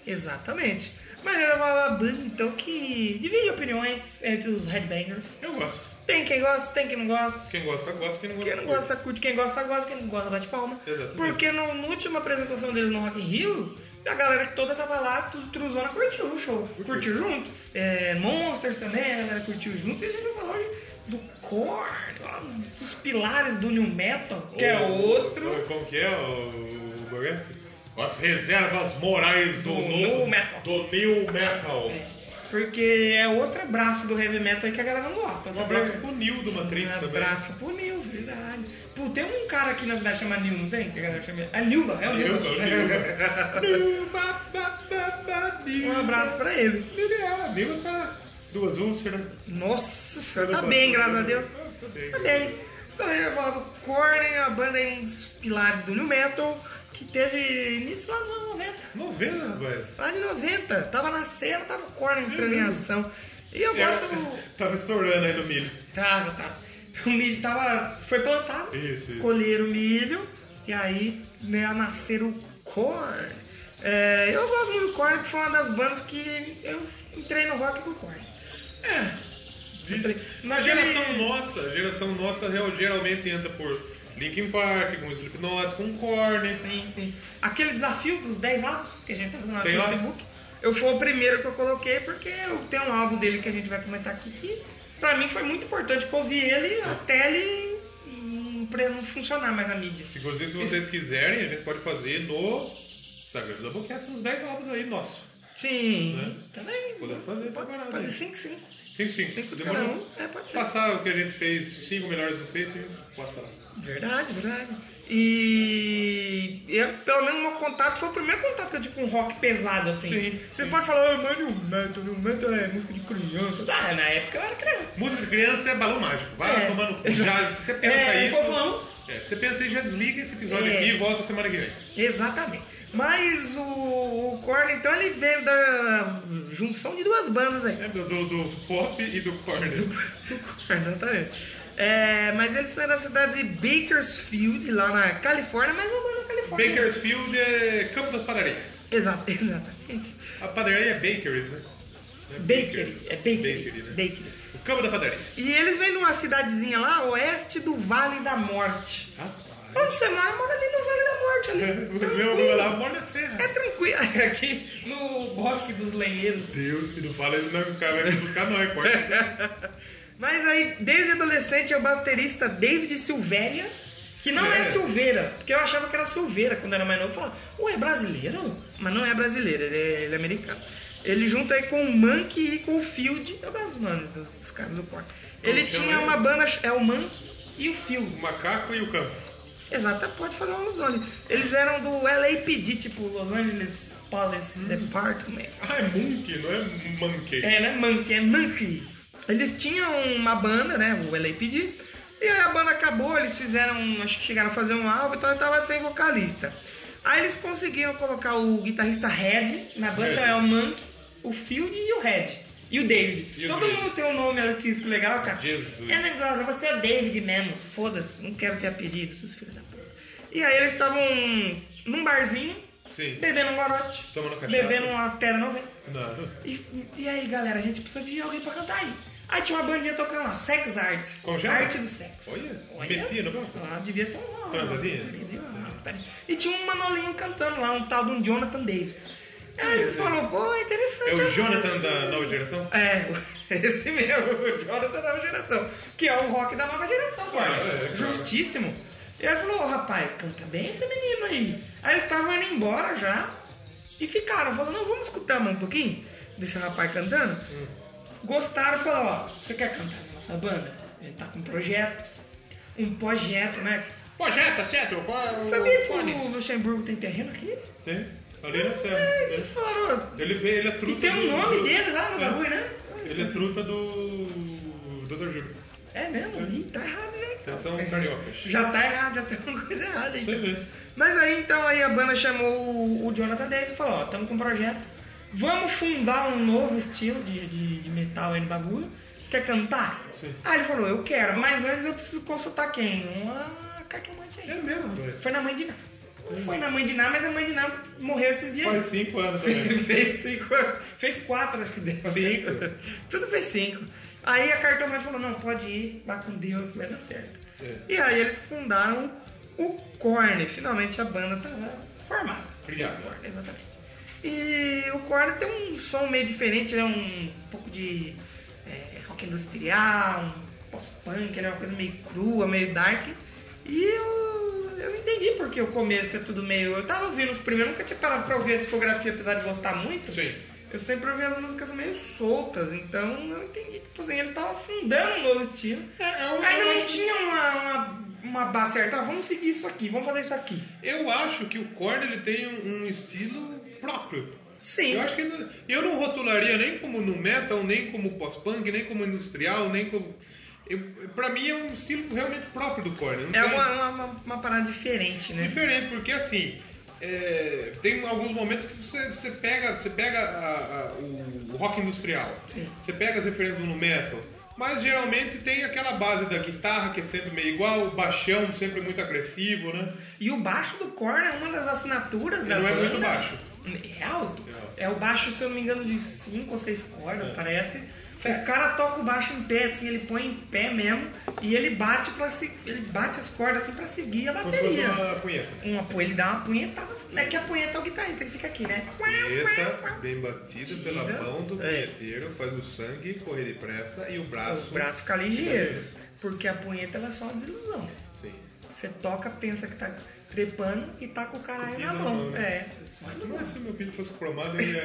Exatamente. Mas era uma banda, então, que divide opiniões entre os headbangers.
Eu gosto.
Tem quem gosta, tem quem não gosta.
Quem gosta, gosta. Quem não gosta,
Quem não gosta, curte. Quem gosta, gosta. Quem não gosta, bate palma.
Exatamente.
Porque no, na última apresentação deles no Rock in Rio, a galera toda tava lá, tudo truzona, curtiu o show. Curtiu, junto. É, Monsters também, a galera curtiu junto. E a gente vai falar hoje do core, ó, dos pilares do New Metal, que é
Ou-
outro...
ou Como que é o o Gorete? As reservas morais do,
Do
no-
new metal.
Do new metal.
É, Porque é outro abraço do heavy metal que a galera não gosta.
Um abraço pro Nil do Matrix
Um
também.
abraço pro Nil, verdade. Pô, tem um cara aqui na cidade chamado Nil, não tem? Que a galera chama... É Nilba, é o
Nilba, né?
Nilba. *laughs* um abraço pra ele.
Nilba. Nilba tá duas úlceras.
Nossa, senhora, tá bem, graças a Deus.
Tá bem.
Tá bem. Então, eu falo do Korn, a banda aí, um dos pilares do New Metal, que teve início lá nos anos 90.
Novena, rapaz.
Lá de 90. Tava nascendo, tava o Korn entrando em ação. E eu gosto... do-
Uhum. É, *laughs* tava estourando aí no milho.
Tava, tava. O milho tava. Foi plantado.
Isso, isso.
Colheram o milho e aí né, nasceram o corn. É, eu gosto muito do corn, que foi uma das bandas que eu entrei no rock do corn. É.
Na geração nossa, a geração nossa real- geralmente entra por Linkin Park, com Slipknot, com Korn.
Sim, sim. Aquele desafio dos 10 álbuns que a gente tá fazendo lá no
Tem lá?
Facebook. Eu fui o primeiro que eu coloquei porque eu tenho um álbum dele que a gente vai comentar aqui que pra mim foi muito importante que eu ouvi
É.
ele até ele hum, pra não funcionar mais a mídia.
Inclusive, se vocês quiserem, a gente pode fazer no Instagram da Boquete uns 10 álbuns aí nossos.
Sim.
Né?
É. Também.
Podemos fazer
Pode
separado,
fazer
né?
5, 5.
5, 5.
Cinco de cada um. É, pode ser.
Passar o que a gente fez, 5 melhores do Face, passa lá.
Verdade, verdade. E eu, pelo menos meu contato foi o primeiro contato que eu tive com rock pesado, assim.
Sim,
Vocês podem falar, ah, mas New Metal, New Metal é música de criança. Ah, na época eu era criança.
Música de criança é balão mágico. Vai
É.
tomando. Já, se você pensa
É,
aí.
fofão.
É, se você pensa aí, já desliga esse episódio
É.
aqui e volta semana que vem.
Exatamente. Mas o, o Korn, então, ele veio da junção de duas bandas aí.
É, do, do, do pop e do corner.
Do Korn, Exatamente. É, mas eles são da cidade de Bakersfield, lá na Califórnia, mas não é na Califórnia.
Bakersfield é Campo das Padarias.
Exato, exatamente.
A padaria é bakery, né? É
Bakery, é bakery.
Bakery, né?
bakery.
O campo da padaria.
E eles vêm numa cidadezinha lá, oeste do Vale da Morte.
Ah, Rapaz.
Onde você mora, mora ali no Vale da Morte. Ali.
*laughs* Meu avô lá mora na serra.
É tranquilo. *laughs* É Aqui no Bosque dos Lenheiros.
Deus, que não fala isso não, que os caras vão me buscar nós, corta.
Mas aí, desde adolescente, é o baterista David Silveira, que não é
Silveira.
Silveira, porque eu achava que era Silveira quando era mais novo. Eu falava, ué, é brasileiro? Mas não é brasileiro, ele é, ele é americano. Ele junta aí com o Monkey e com o Field, eu gosto dos nomes dos, dos caras do corte. Ele
chama
tinha uma
eles?
banda, é o Monkey e o Field.
O macaco e o campo.
Exato, pode fazer uma alusão ali. Eles eram do LAPD, tipo Los Angeles
Hum.
Police Department.
Ah, é monkey, não é monkey.
É, né? Monkey, é Monkey. Eles tinham uma banda, né? O LAPD. E aí a banda acabou, eles fizeram. Acho que chegaram a fazer um álbum, então eu tava sem vocalista. Aí eles conseguiram colocar o guitarrista Red na banda,
Red.
então é o Monkey, o Field e o Red. E o David.
E o
Todo
David.
mundo tem um nome artístico legal, cara.
Jesus.
É negócio, você é o David mesmo. Foda-se, não quero ter apelido, tudo filho da puta. E aí eles estavam num barzinho,
Sim.
bebendo um garote,
Tomando cachaça.
bebendo uma tela 90.
Não, não.
E, e aí, galera, a gente precisa de alguém pra cantar aí. Aí tinha uma bandinha tocando lá, Sex Art.
Como chama?
Arte do sexo.
Olha, metia no banco.
Lá devia ter um...
Transadinha?
E tinha um manolinho cantando lá, um tal de um Jonathan Davis. Aí eles falaram, pô, é interessante.
É o
né?
Jonathan da nova geração?
É, *laughs* o- esse mesmo, o Jonathan da nova geração. Que é o rock da nova geração, cara.
é, é,
Justíssimo. E aí falou, ô rapaz, canta bem esse menino aí. Aí eles estavam indo embora já e ficaram, falando, não, vamos escutar mais um pouquinho desse rapaz cantando.
Hum.
Gostaram, falaram, ó, você quer cantar na nossa banda? A gente tá com um projeto. Um projeto, né?
Projeta, certo? Qual-
Sabia que
qual-
é o Luxemburgo tem terreno aqui?
É, ali na
É,
serra.
eles
né?
falaram, ó,
Ele, vê- ele é
e
truta
tem
do-
um nome
do-
dele lá no
É.
bagulho, né?
Ele é truta do Dr. Júlio.
É mesmo? Ih, tá errado, né?
Eles são cariocas.
Já tá errado, já tem alguma coisa errada aí.
Você vê.
então, Mas aí então aí a banda chamou o, o Jonathan Davis e falou, ó, estamos com um projeto, Vamos fundar um novo estilo de, de, de metal aí no bagulho. Quer cantar?
Sim.
Aí ele falou, eu quero, mas antes eu preciso consultar quem? Uma cartomante
É
aí.
mesmo, velho.
Foi na mãe de Ná. Não Foi na mãe de Ná, mas a mãe de Ná morreu esses dias.
Faz cinco anos, né?
Ele *laughs*
velho.
fez cinco. Fez quatro, acho que deu.
Cinco.
*laughs* Tudo fez cinco. Aí a cartomante falou, não, pode ir, vá com Deus, vai dar certo.
É.
E aí eles fundaram o Korn. Finalmente a banda tava formada.
Criada.
Korn, Exatamente. E o Korn tem um som meio diferente, ele é um pouco de é, rock industrial, um pós-punk, ele é uma coisa meio crua, meio dark. E eu, eu entendi porque o começo é tudo meio. Eu tava ouvindo os primeiros, nunca tinha parado pra ouvir a discografia, apesar de gostar muito.
Sim.
Eu sempre ouvi as músicas meio soltas, então eu entendi. Tipo assim, eles estavam fundando um novo estilo.
É, é um-
Ainda
eu
não
acho-
tinha uma, uma, uma base certa. Ah, vamos seguir isso aqui, vamos fazer isso aqui.
Eu acho que o Korn ele tem um, um estilo próprio.
Sim.
Eu acho que ele- eu não rotularia nem como no metal, nem como pós-punk, nem como industrial, nem como. Eu, pra mim é um estilo realmente próprio do Korn. não
É
tem-
uma, uma, uma- uma parada diferente, né?
diferente, porque assim. é, tem alguns momentos que você, você pega, você pega a- a- o, o rock industrial, você pega as referências no metal, mas geralmente tem aquela base da guitarra que é sempre meio igual, o baixão sempre muito agressivo, né?
E o baixo do Korn é uma das assinaturas
Ele
da
não é
banda.
muito baixo. É
É alto.
alto. É.
É o baixo, se eu não me engano, de 5 ou 6 cordas, parece. O cara toca o baixo em pé, assim, ele põe em pé mesmo e ele bate para ele bate as cordas assim pra seguir a
Como se fosse
bateria.
uma punheta.
Uma pu- ele dá uma punhetada. É que a punheta é o guitarrista que fica aqui, né?
Punheta bem batida pela
Batida.
mão do
É.
punheteiro, faz o sangue correr depressa e o braço.
O braço fica ligeiro. Porque a punheta ela é só uma desilusão.
Sim.
Você toca, pensa que tá trepando e tá com o caralho
E na
na mão.
mão,
É. *laughs*
né? Mas se meu filho fosse cromado, eu ia.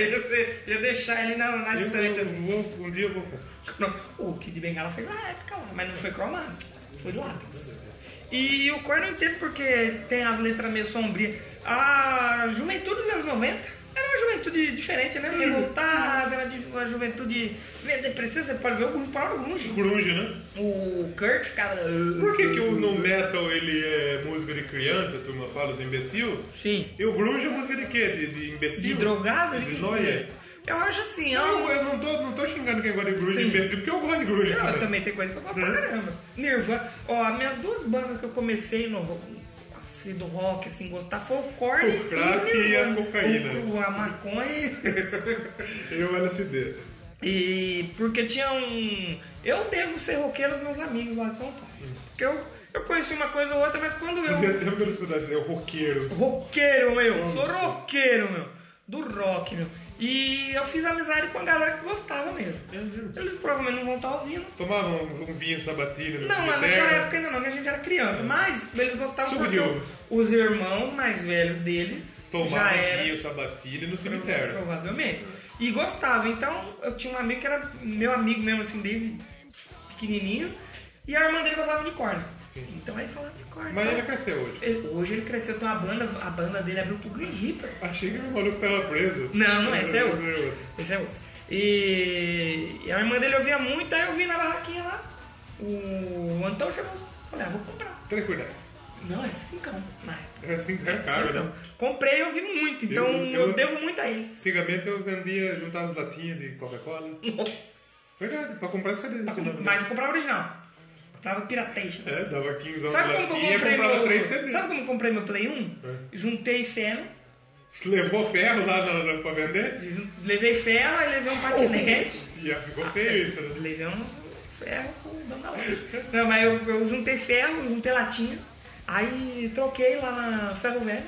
ia, ia deixar ele na, na
Eu
estante assim.
vou- um dia eu vou fazer.
Não, o Kid Bengala fez a época lá, mas não foi cromado, foi lápis. E o Korn não entendo porque tem as letras meio sombrias. A juventude dos anos 90 era uma juventude diferente, né? Revoltada, era de- uma juventude meio depressiva, você pode ver o grupo era o grunge.
Grunge, né?
O Kurt ficava...
Por que, que o no metal ele é música de criança, a turma fala os imbecil?
Sim.
E o grunge é música de quê? De, de imbecil?
De drogado?
De
ele- né?
noia?
Eu acho assim,
Não,
eu,
eu, eu não, tô, não tô xingando quem gosta de grunge
Sim.
de imbecil, porque eu gosto de grunge.
Não,
cara.
eu também tem coisa que eu gosto pra
Né?
caramba. Nirvana. Ó, as minhas duas bandas que eu comecei no ro- assim, do rock, assim, gostar foi o Korn
O crack
o
e a
Nirvana.
cocaína.
O- a maconha.
Eu LSD.
*laughs* e porque tinha um... Eu devo ser roqueiro aos meus amigos lá de São Paulo. Porque eu, eu conheci uma coisa ou outra, mas quando
Fazia
eu...
tempo que eu não escutava isso, é o roqueiro.
Roqueiro, meu. Sou roqueiro, meu. Do rock, meu. E eu fiz amizade com a galera que gostava mesmo.
É.
Eles provavelmente não vão estar ouvindo.
Tomava um, um vinho sabatino no
Não, mas naquela
cemitério.
época ainda não, que a gente era criança. Mas eles gostavam
Suco
porque
de uva.
os irmãos mais velhos deles já
Tomava
eram.
um vinho sabatino no cemitério.
Provavelmente. E gostava. Então, eu tinha um amigo que era meu amigo mesmo, assim, desde pequenininho. E a irmã dele gostava de corno. Então aí falava de corno.
Mas
Então,
ele cresceu hoje.
ele- Hoje ele cresceu, tem uma banda, a banda dele abriu pro Green Reaper.
Achei que o maluco tava preso.
Não, não, esse é
eu.
outro. Esse é outro. E, e a irmã dele ouvia muito, aí eu vi na barraquinha lá. O Antão chegou. Falei, ah, vou comprar.
Três cuidados.
Não, é cincão. Na época.
É assim que era
Caro,
caro,
então.
né?
Comprei e ouvi muito, então eu,
Eu- eu-
devo muito a eles.
Antigamente eu vendia, juntava as latinhas de Coca-Cola. Verdade, pra comprar CD. no final do mês.
Mas eu comprava original. Comprava piratation.
É, dava 15 anos
Sabe
de
como que eu
latinha e
comprei
comprava três
meu. um?
CD.
Sabe como eu comprei meu Play 1?
É.
Juntei ferro,
Levou ferro lá na, na, pra vender
levei ferro, aí levei um patinete.
e aí ficou feio isso. né?
Levei um ferro com o dono da loja. Não, mas eu, eu juntei ferro, juntei latinha. Aí troquei lá na Ferro Velho.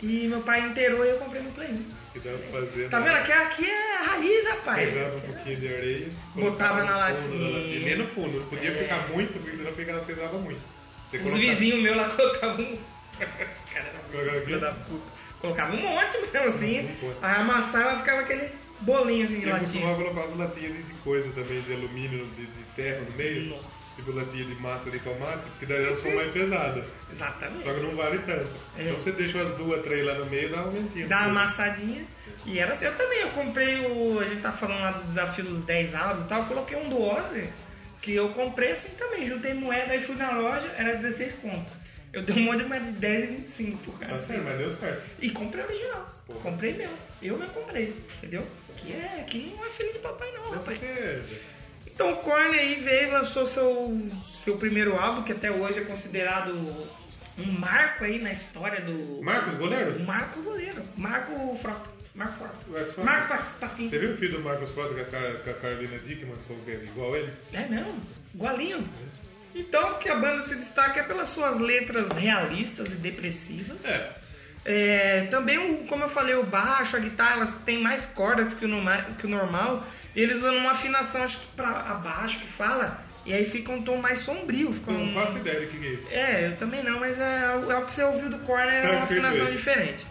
E meu pai inteirou e eu comprei meu Play 1.
Que dava pra fazer.
Tá
né?
vendo? Aqui, aqui é a raiz, rapaz.
Pegava um pouquinho de areia.
Botava
colocava
na
no fundo da
latinha. É.
Bem no fundo, não podia ficar muito, porque senão pegava, pesava muito. Você
Os
colocava-
vizinhos meus lá *laughs* colocavam. um- Os caras eram
Colocava aqui?
filha da puta. Colocavam um monte mesmo assim.
Um monte.
Aí amassava ficava aquele bolinho assim de
E eu
latinha.
costumava colocar as latinhas de- de coisa também, de alumínio, de, de ferro no meio. Tipo latinha de massa de tomate, porque daí elas são mais pesadas.
Exatamente.
Só que não vale tanto.
É.
Então você deixa umas duas, três lá no meio e dá um uma mentira.
Dá uma amassadinha. E era assim, eu também, eu comprei o. A gente tá falando lá do desafio dos 10 avos e tal, eu coloquei um do Ozzy, que eu comprei assim também, juntei moeda e fui na loja, era 16 conto. Eu dei um monte de mais de 10 e 25 pro cara.
Tá sério, mas deu certo.
E comprei original.
Pô.
Comprei meu. Eu não comprei, entendeu? Que é, que não é filho de papai não,
Até
rapaz.
porque-
Então o Korn aí veio e lançou seu, seu primeiro álbum, que até hoje é considerado um marco aí na história do.
Marcos, goleiro?
Marco goleiro. Marco Frota. Marco Frota.
Marcos Frota.
Marco Pas- Pasquim.
Você viu o filho do Marcos Prado com a, cara, com a Carolina Dickman, falou que é igual a ele?
É não, igualinho. Então que a banda se destaca é pelas suas letras realistas e depressivas.
É.
É, também, o, como eu falei, o baixo, a guitarra, elas têm mais cordas que o, norma- que o normal. E eles usam uma afinação, acho que pra abaixo que fala, e aí fica um tom mais sombrio. Fica
Não
um...
faço ideia do que que é isso.
É, eu também não, mas é, é o que você ouviu do Korn é uma
Transcreveu.
afinação diferente.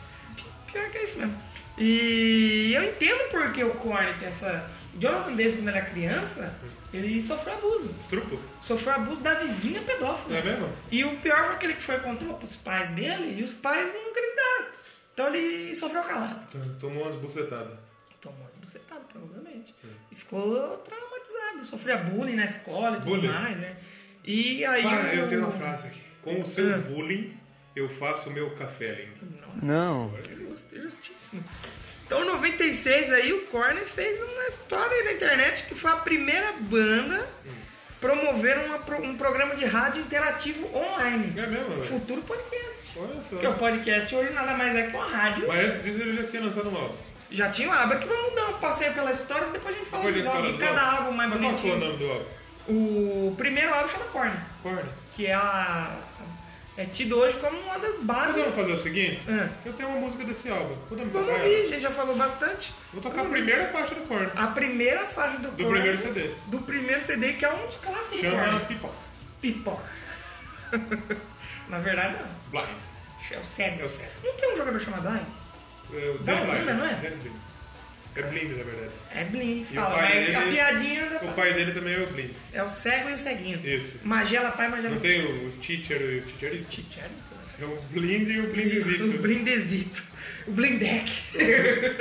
Pior que é isso mesmo. E eu entendo porque o Korn tem essa. Jonathan Davis, quando era criança, ele sofreu abuso.
Truco?
Sofreu abuso da vizinha pedófila.
É mesmo?
E o pior foi aquele que foi contou pros pais dele e os pais não acreditaram. Então ele sofreu calado.
T- Tomou umas bucetadas.
Tomou as bucetadas, provavelmente.
É.
E ficou traumatizado. Sofria bullying na escola e tudo
Bullying.
mais, né? E aí.
Ah,
o-
eu tenho uma frase aqui. Com o seu
Ah.
bullying, eu faço o meu café, Link.
Não.
Justi- Justíssimo. Então, em 96, aí o Corner fez uma história aí na internet que foi a primeira banda a promover uma pro- um programa de rádio interativo online.
É mesmo, velho?
Futuro podcast.
Olha
Porque o
só.
podcast hoje nada mais é que uma rádio.
é Mas antes disso ele já tinha lançado um álbum.
Já tinha uma aba que vamos dar um passeio pela história, depois a gente fala
Depois ele
dos
fala
álbuns, de
do
cada
álbum.
álbum mais
Mas qual foi o
bonitinho.
nome do álbum?
O primeiro álbum chama Corner,
Corne.
que é, a, é tido hoje como uma das bases.
Vamos fazer o seguinte?
Ah.
Eu tenho uma música desse álbum. Podemos
Vamos
tocar
ouvir,
ela?
a gente já falou bastante.
Vou tocar a primeira faixa do Corne.
A primeira faixa do,
Do
Korn,
primeiro CD.
Do primeiro CD, que é um dos clássicos do
Chama
Korn.
Pipoca.
Pipoca. *laughs* Na verdade, não.
Blind.
É o cego.
É o cego.
Não tem um jogador chamado Blind?
É o
Não,
Dan Blind.
não é?
Dan Blind. É Blind, na verdade.
É Blind,
E o
fala.
pai
Mas
dele- é
a piadinha da...
O pai dele também é o Blind.
É o cego e o ceguinho.
Isso.
Magela pai, magela
Não tem o teacher e o teacherito?
filho.
É o blind e *laughs* o blindezito.
né? O blindezito. O blindeck.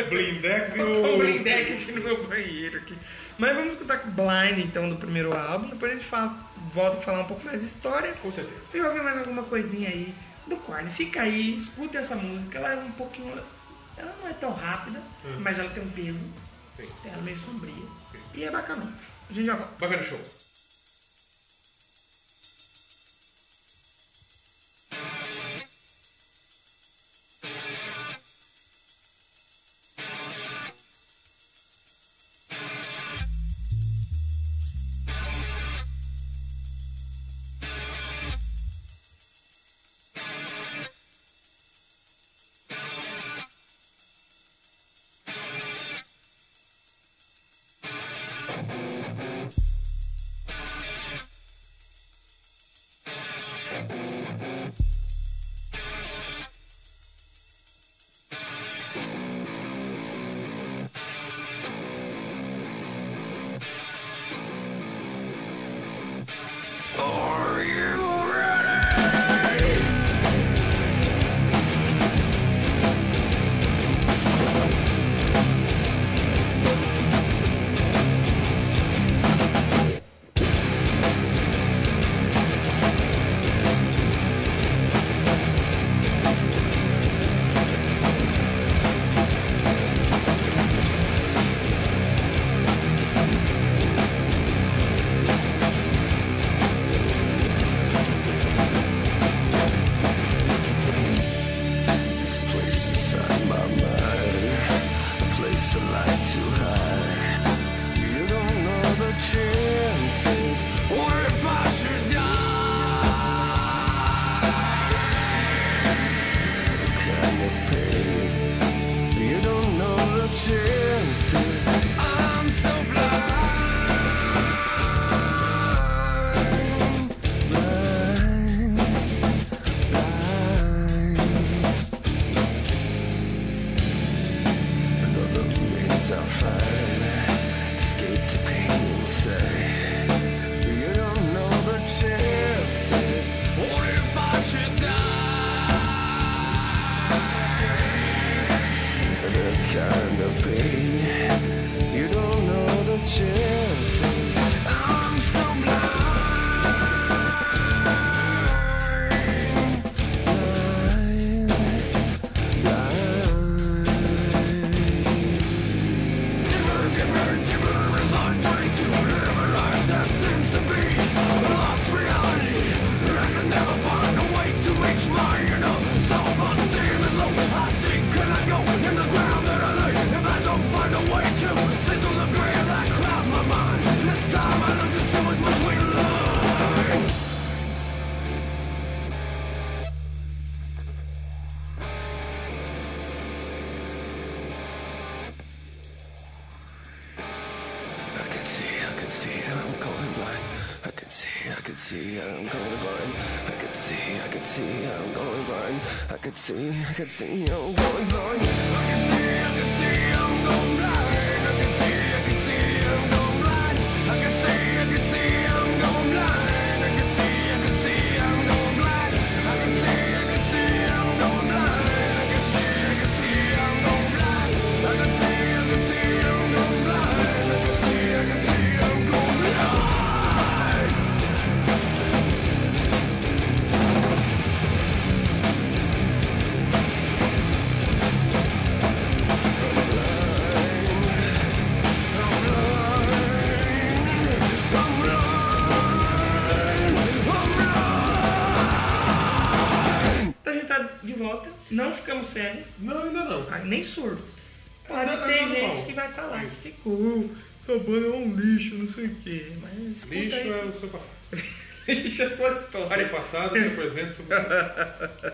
Blindex e *laughs*
o
o...
blindeck aqui no meu banheiro. Aqui. Mas vamos escutar Blind, então, do primeiro álbum. Depois a gente fala, volta a falar um pouco mais de história.
Com certeza.
E ouvir mais alguma coisinha aí do Korn. Fica aí, escuta essa música. Ela é um pouquinho... Ela não é tão rápida, mas ela tem um peso.
Uhum. Sim.
Ela é meio sombria. E é bacana. A gente já volta.
Bacana show.
Thank
see I'm colorblind. I can see, I can see I'm colorblind. I can see, I can see I'm colorblind. I can see, I can see I'm colorblind. I can see, I can see I'm colorblind. I can see, I can see I'm colorblind. I can see, I can see I'm colorblind. I can see, I can see I'm colorblind. I can see, I can see I'm colorblind. I can see, I can see I'm colorblind. I can see, I can see I'm colorblind. I can see, I can see I'm colorblind.
Então a gente tá de volta, não ficamos sérios,
Não, ainda não.
ah, nem surdos.
Não,
Pode
não,
ter
não,
gente
não.
que vai falar que ficou, sua banda é um lixo, não sei o quê. Mas escuta
Lixo
aí.
é o seu passado. *laughs*
lixo é sua história.
Seu passado, seu presente, seu
*laughs*
futuro.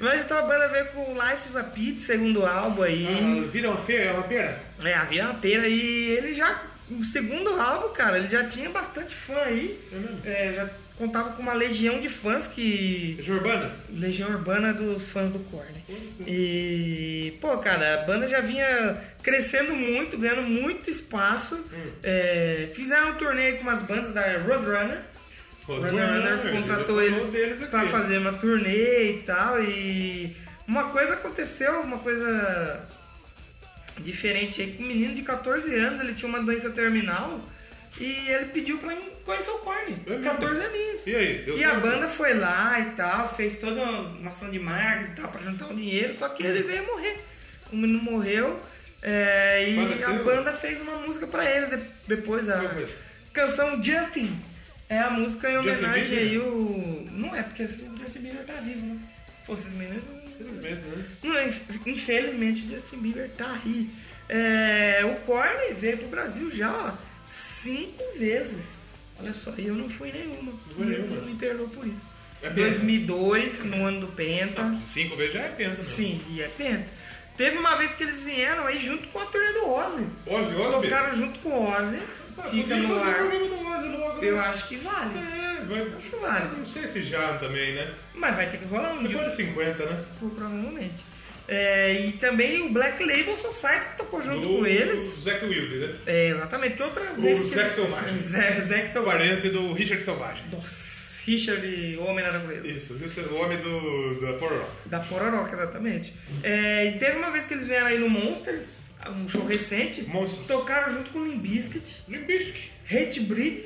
Mas então a banda veio com Life is a Pit, segundo álbum aí.
Ah, Vira uma feira, é uma feira.
É, a Vila Pera e ele já, no segundo álbum, cara, ele já tinha bastante fã aí.
É mesmo?
É, já contava com uma legião de fãs que.
Fecha urbana.
Legião urbana dos fãs do Korn. E, pô, cara, a banda já vinha crescendo muito, ganhando muito espaço. É, fizeram um torneio com umas bandas da Roadrunner.
né,
Roadrunner né, contratou eles, pra fazer uma turnê e tal. E uma coisa aconteceu, uma coisa diferente aí. que Um menino de 14 anos, ele tinha uma doença terminal e ele pediu pra ir conhecer o Korn.
É mesmo?
14 aninhos.
E aí, deu
E a
certo?
banda foi lá e tal, fez toda uma ação de marketing e tal pra juntar um dinheiro, só que ele veio morrer. O menino morreu é, e
Faleceu?
a banda fez uma música pra ele de- depois. A
Qual foi?
canção Justin é a música em
Justin
homenagem
Bieber?
aí o. Não é, porque esse- o Justin Bieber tá vivo, né? Pô, esses meninos.
Infelizmente, né?
Não, inf- infelizmente o Justin Bieber tá aí. É, o Korn veio pro Brasil já, ó, cinco vezes. Olha só, e eu não fui nenhuma.
foi
Meu
nenhuma.
Deus me perdoou por isso.
É pena.
2002, no ano do Penta.
Cinco vezes já é pena. né?
Sim, e é Penta. Teve uma vez que eles vieram aí junto com a turnê do Ozzy.
Ozzy Ah, Osbourne?
Tocaram junto com o Ozzy. Fica
Podia
no
fazer
ar.
um programa do Ozzy logo,
Eu
né?
acho que vale.
É, vai-
Acho válido.
Não sei se já também, né?
Mas vai ter que rolar um dia.
Depois de 50, né?
Pro- Provavelmente. É, e também o Black Label Society tocou junto
Do-
com eles.
do Zac Wilde, né?
É, exatamente. Outra vez.
Zack Selvagem.
Zé, *laughs* Zack
O
Selvagem.
parente do Richard Selvagem.
Nossa, Richard e o Homem Aragonesa.
Isso, Richard, o homem do, da Porro.
Da Pororoca, exatamente. É, e teve uma vez que eles vieram aí no Monsters, um show recente.
Monsters.
Tocaram junto com o Limbiskit,
Limbisk.
Hate Breed.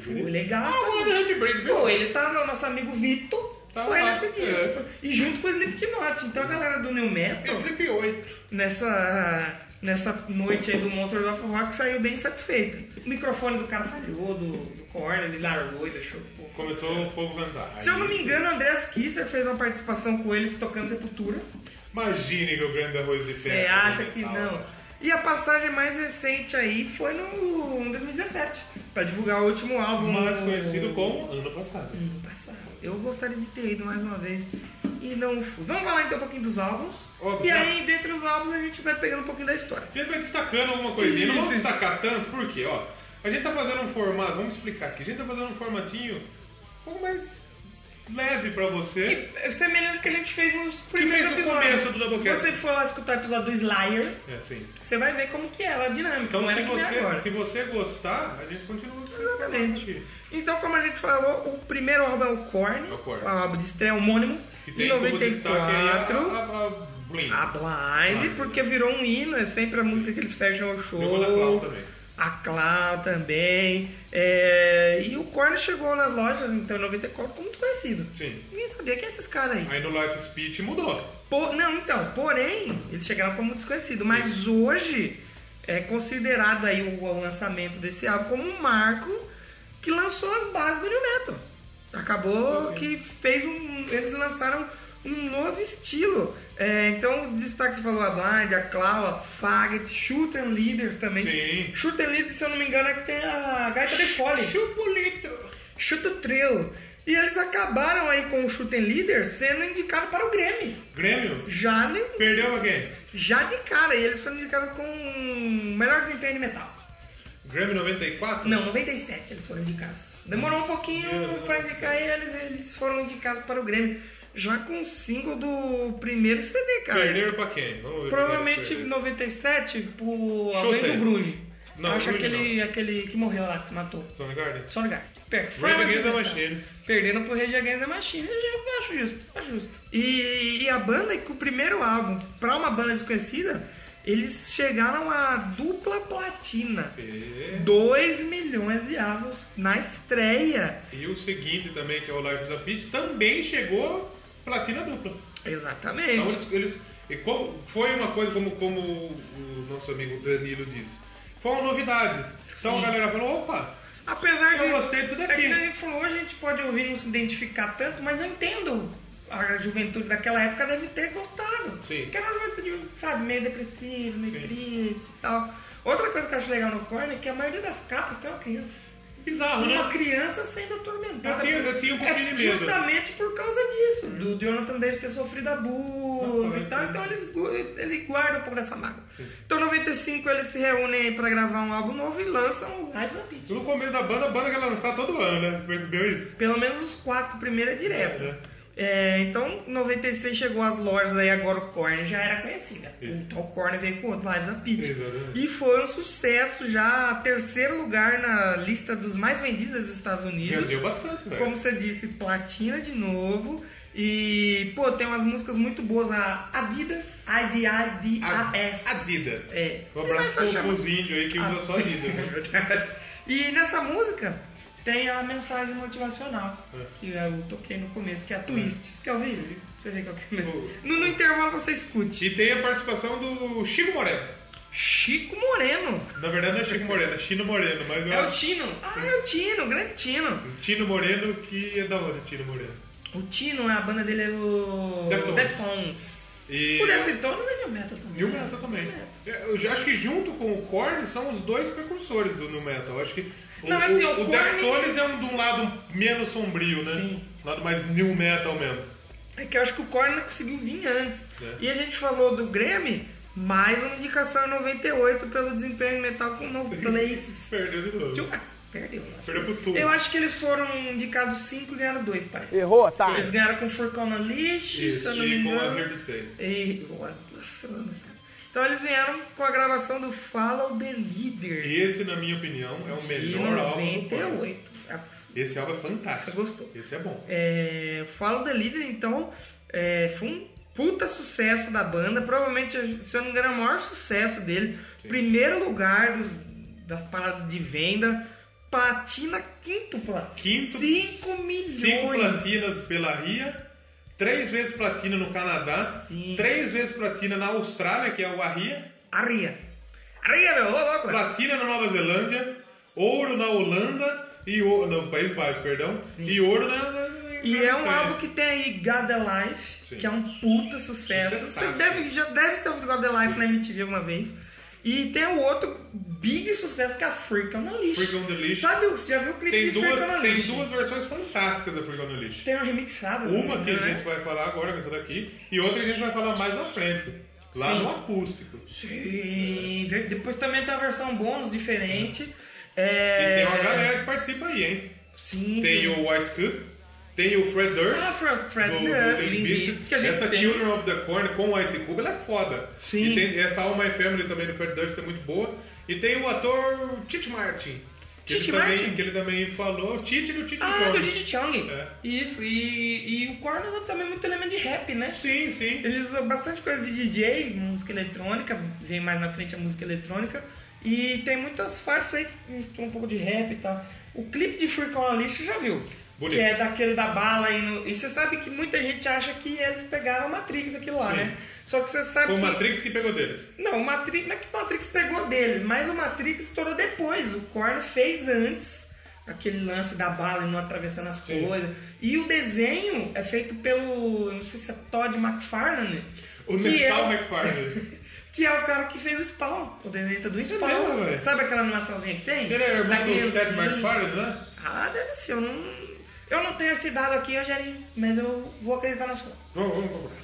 Foi um legal.
Ah,
sabe?
o Red Break, viu?
Pô, ele tava, nosso amigo Vitor,
Tá
foi
lá,
nesse dia.
é.
E junto com o Slipknot. Então a galera do New Metal,
É Flip 8.
nessa, nessa noite aí do Monsters of Rock, saiu bem satisfeita. O microfone do cara falhou, do, do Korn, ele largou e deixou. pô.
Começou um o povo cantar.
Se eu não me engano, o Andreas Kisser fez uma participação com eles tocando Sepultura.
Imagine que eu grande arroz de festa. né,
Você acha que
tal.
não? E a passagem mais recente aí foi no em 2017, pra divulgar o último álbum.
Mais
o-
conhecido como ano passado.
Ano passado. Eu gostaria de ter ido mais uma vez e não fui. Vamos falar então um pouquinho dos álbuns.
Óbvio.
E aí, dentre os álbuns, a gente vai pegando um pouquinho da história.
A gente vai destacando alguma coisinha. não vamos
Isso, isso.
destacar tanto, por quê? Ó, a gente tá fazendo um formato, vamos explicar aqui. A gente tá fazendo um formatinho um pouco mais leve pra você.
É semelhante ao que a gente fez nos primeiros
fez no
episódios.
começo do Doublecast.
Se você for lá escutar o episódio do Slayer,
É assim.
você vai ver como que era a dinâmica.
Então,
não era
se
que nem
você,
agora.
se você gostar, a gente continua com esse formato
Exatamente.
aqui.
Então, como a gente falou, o primeiro álbum é o Korn,
É o Korn.
o álbum de estreia homônimo,
Que
de
tem como destaque aí a,
94.
a, a, a Blink.
A Blind, porque virou um hino, é sempre a música que eles fecham o show.
Jogou na Clown também.
A Clown também. É, E o Korn chegou nas lojas, então, em 94, como desconhecido.
Sim.
Ninguém sabia quem é esses caras aí.
Aí no Life Speech mudou.
Po- Não, então, porém, eles chegaram como desconhecido. Mas hoje é considerado aí o, o lançamento desse álbum como um marco que lançou as bases do New Metal. Acabou que fez um. Eles lançaram um novo estilo. É, então, o destaque você falou a Blind, a Clau, a Faggot, Shoot and Leaders também.
Sim.
Shoot and Leaders, se eu não me engano, é que tem a Gaita de Fole.
Chupulito.
Shoot o Trail. E eles acabaram aí com o Shoot and Leaders sendo indicado para o Grêmio.
Grêmio,
Já nem
perdeu alguém?
já de cara, e eles foram indicados com melhor desempenho de metal.
Grammy 94?
Não, 97 eles foram indicados. Demorou um pouquinho
Meu
pra
Deus.
indicar eles, eles foram indicados para o Grêmio. Já com o single do primeiro CD, cara.
Perderam pra quem? Vamos ver.
é.
é
Provavelmente
Perderam.
97 pro
Chutei.
Além do Grunge.
Não,
Eu acho
Grunge
aquele, aquele que morreu lá, que se matou.
Soundgarden?
Soundgarden. Performance
Rage Against the
Metal.
Machine.
Perderam pro Rage Against the Machine. Eu acho justo, acho justo. E, e a banda, que o primeiro álbum, pra uma banda desconhecida, eles chegaram a dupla platina.
E-
2 milhões de álbuns na estreia.
E o seguinte também, que é o Life is a Beach, também chegou platina dupla. Então
Exatamente.
eles, eles- e como- foi uma coisa como, como o nosso amigo Danilo disse. Foi uma novidade. Então a galera falou, opa,
Apesar de.
Eu gostei disso daqui.
É que nem a gente falou, hoje a gente pode ouvir e não se identificar tanto, mas eu entendo. A juventude daquela época deve ter gostado.
Sim.
Porque era uma juventude, sabe, meio depressiva, meio
Sim.
triste e tal. Outra coisa que eu acho legal no Korn é que a maioria das capas tem uma criança.
bizarro,
Uma
né?
criança sendo atormentada.
Eu tinha- eu tinha um pouquinho
é,
de medo. Uhum.
Justamente por causa disso, do Jonathan Davis ter sofrido
Não,
abuso
foi
e tal.
isso,
Então
né?
eles, gu- ele guarda um pouco dessa mágoa. Então em 95 eles se reúnem aí pra gravar um álbum novo e lançam o Live Up.
No começo da banda, a banda quer lançar todo ano, né? Você percebeu isso?
Pelo menos os quatro primeiros é direto. É, então, em 96 chegou as lojas aí, agora o Korn já era conhecida.
Isso.
Então o Korn veio com outro, Lives a Pit.
Exatamente.
E foi um sucesso, já terceiro lugar na lista dos mais vendidos dos Estados Unidos.
Vendeu bastante, velho.
Como você disse, platina de novo. E, pô, tem umas músicas muito boas. A Adidas, I-D-I-D-A-S.
Adidas.
Ah, É.
Um abraço
Mas chama-
pro os índios aí que usa só Adidas.
é
né?
*laughs* verdade. E nessa música tem a mensagem motivacional
É.
que eu toquei no começo, que é a Twist. Você quer ouvir? Você vê que eu
Vou.
começo. No, no intervalo você escute.
E tem a participação do Chico Moreno.
Chico Moreno.
Na verdade não é Chico Moreno, é Chino Moreno, mas eu
É o
acho-
Tino. Ah, é o Tino, grande Tino.
Tino Moreno que é da onde, Tino Moreno?
O Tino, a banda dele é o
Deftones.
Deftones.
E-
O É. Deftones é New Metal também.
E o metal também. É, Eu já acho que junto com o Korn são os dois precursores do nu metal. Eu acho que o,
Não, assim, o
o, o
Korn-
Deftones é um de um lado menos sombrio, né?
Sim.
Um lado mais new metal mesmo.
É que eu acho que o Corner conseguiu vir antes.
É.
E a gente falou do Grammy, mais uma indicação em 98 pelo desempenho em metal com No Place.
Perdeu de novo.
Tio- ah, perdeu. eu acho.
Perdeu pro Tool.
Eu acho que eles foram indicados 5 e ganharam 2, parece.
Errou, otário.
Eles ganharam com Furcona Leash, se
Isso,
eu não me
e com a
engano.
Here to Stay.
E. Boa, nossa, nossa. Então eles vieram com a gravação do Follow the Leader.
E esse, na minha opinião, é o
de
melhor álbum
é
do Korn.
98. Ah,
Esse álbum é fantástico.
Você gostou?
Esse é bom.
É, Follow the Leader, então, é, foi um puta sucesso da banda. Provavelmente, se eu não me engano, é o maior sucesso dele. Primeiro lugar dos- das paradas de venda. Patina quíntupla.
Quinto-
5 milhões.
Cinco platinas pela RIA, três vezes platina no Canadá,
Sim.
três vezes platina na Austrália, que é o RIA,
Arria. Arria, meu. Ô, louco, velho.
platina na Nova Zelândia, ouro na Holanda e ouro no País Baixo, perdão, e ouro na, na, na
E é um
Grã-Bretanha.
álbum que tem aí God Alive,
Sim.
que é um puta sucesso. Você
Sucessaço.
deve, já deve ter ouvido God Alive na MTV uma vez. E tem o outro big sucesso que é a Freak on the Leash.
Freak on the Leash.
Sabe, o- você já viu o clipe
tem
de Freak on the
duas, tem
Leash?
duas versões fantásticas da Free Gone List.
Tem uma remixada. se não
Uma
me
que a
engano,
gente
né?
vai falar agora, que é essa daqui, e outra que a gente vai falar mais na frente, lá
Sim.
no acústico.
Sim. ver- Depois também tem a versão bônus diferente.
E
É...
tem uma galera que participa aí, hein?
Sim,
Tem
sim.
o Ice Cube, tem o Fred Durst,
Uhum. Ah, Fred- Fred
do, do
Durst,
Limp
Limp
Bizkit.
Bizkit, que a gente
Essa
tem.
Children of the Corn com o Ice Cube, ela é foda.
Sim.
E tem essa All My Family também do Fred Durst é muito boa. E tem o ator Tite Martin. que ele
Tite
também-
Martin?
Que ele também falou. Tite do Tite
Ah,
Chong.
do Gigi Chong.
É.
Isso, e, e o Korn usa também muito elemento de rap, né?
Sim, sim.
Eles usam bastante coisa de DJ, música eletrônica, vem mais na frente a música eletrônica. E tem muitas faixas aí que misturam um pouco de rap e tal. O clipe de Freak on a Lixo já viu.
Bonito.
Que é daquele da bala e, no- e você sabe que muita gente acha que eles pegaram Matrix aquilo lá,
Sim.
né? Só que você sabe
Foi o
que.
Matrix que pegou deles.
Não, o Matrix, não é que o Matrix pegou deles, mas o Matrix estourou depois. O Korn fez antes aquele lance da bala e não atravessando as
Sim.
coisas. E o desenho é feito pelo, eu não sei se é Todd McFarlane,
O né?
que, é,
Nestal
o- *laughs*
McFarlane.
que é o cara que fez o Spawn, o desenhista do Spawn.
mesmo, velho?
sabe aquela animaçãozinha que tem?
Ele é
Da
irmão do
criancinha.
Seth McFarlane, né?
Ah, deve ser. Eu não, eu não tenho esse dado aqui, Rogerinho, mas eu vou acreditar na sua.
Vamos, vamos comprar.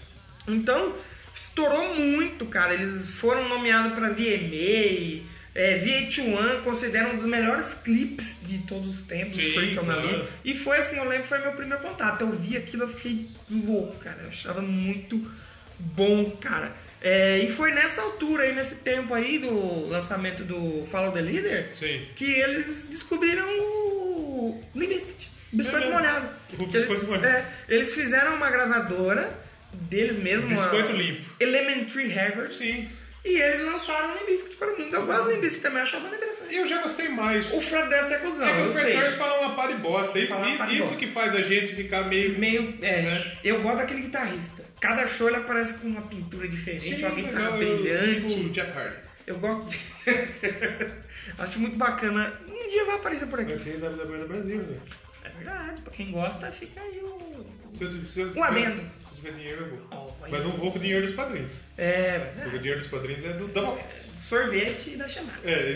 Então, estourou muito, cara. Eles foram nomeados pra VMA, É, VH1 considera um dos melhores clipes de todos os tempos,
Sim,
foi que eu me lembro.
claro.
E foi assim, eu lembro, foi meu primeiro contato. Eu vi aquilo, eu fiquei louco, cara. Eu achava muito bom, cara. É, e foi nessa altura aí, nesse tempo aí do lançamento do Follow the Leader,
Sim.
que eles descobriram o Limbiskit, Biscoito
É mesmo.
Molhado.
O
Que
Biscoito
eles,
Molhado.
é, eles fizeram uma gravadora deles mesmos. a-
Biscoito Limpo.
Elementary Records.
Sim.
E eles lançaram o Limbiskit para o mundo. Eu gosto do Limbiskit também, eu acho a banda interessante.
Eu já gostei mais.
O Fred Durst é cuzão,
é que
eu
o
sei.
Fernandes fala uma pá de bosta. Isso,
Fala uma pá de
isso
bosta.
que faz a gente ficar meio.
Meio, é,
É.
eu gosto daquele guitarrista. Cada show ele aparece com uma pintura diferente, uma guitarra
eu- eu-
brilhante.
Tipo Jeff Hardy.
Eu gosto. de- *laughs* Acho muito bacana. Um dia vai aparecer por aqui.
Aqui da WWE no Brasil, né?
É verdade, pra quem gosta, fica aí o.
Se eu- se eu-
Um adendo.
Se eu tiver dinheiro, eu vou.
Oh, aí.
Mas não vou com o dinheiro dos padrinhos.
É,
Porque o
verdade.
dinheiro dos padrinhos é do Dobox.
sorvete e da chamada.
É, e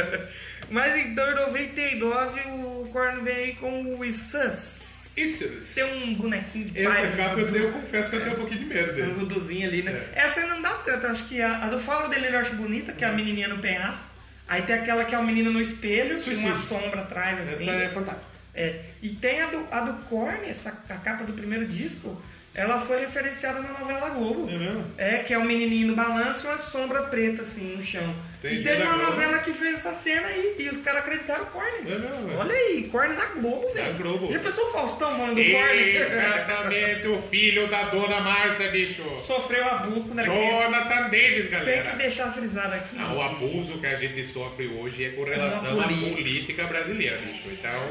da.
Mas então, em 99, o Korn vem aí com o Issans.
Isso.
Tem um bonequinho de pai.
Essa capa eu, tenho- eu confesso que É. eu tenho um pouquinho de medo
Tem um
dele.
vuduzinho ali, né? Essa não dá tanto, eu acho que a, a do Follow dele eu acho bonita, que é a menininha no penhasco. Aí tem aquela que é o menino no espelho, tem uma
Suicídio.
sombra atrás, assim.
Essa é fantástica.
É, E tem a do, a do Korn, essa, a capa do primeiro disco, ela foi referenciada na novela Globo.
É mesmo?
É, que é o menininho no balanço e uma sombra preta, assim, no chão.
Entendi,
e teve
da
uma
Globo.
novela que fez essa cena e, e os caras acreditaram o Korn.
É mesmo, velho.
Olha aí, Korn da Globo, velho.
Globo.
Já pensou o Faustão, mano, do Korn?
Exatamente, o filho da dona Márcia, bicho.
*laughs* Sofreu abuso quando era criança.
Jonathan Davis,
Tem que
galera.
deixar frisado aqui.
Ah, o abuso que a gente sofre hoje é com relação
Uma
à
política.
política brasileira, bicho. Então,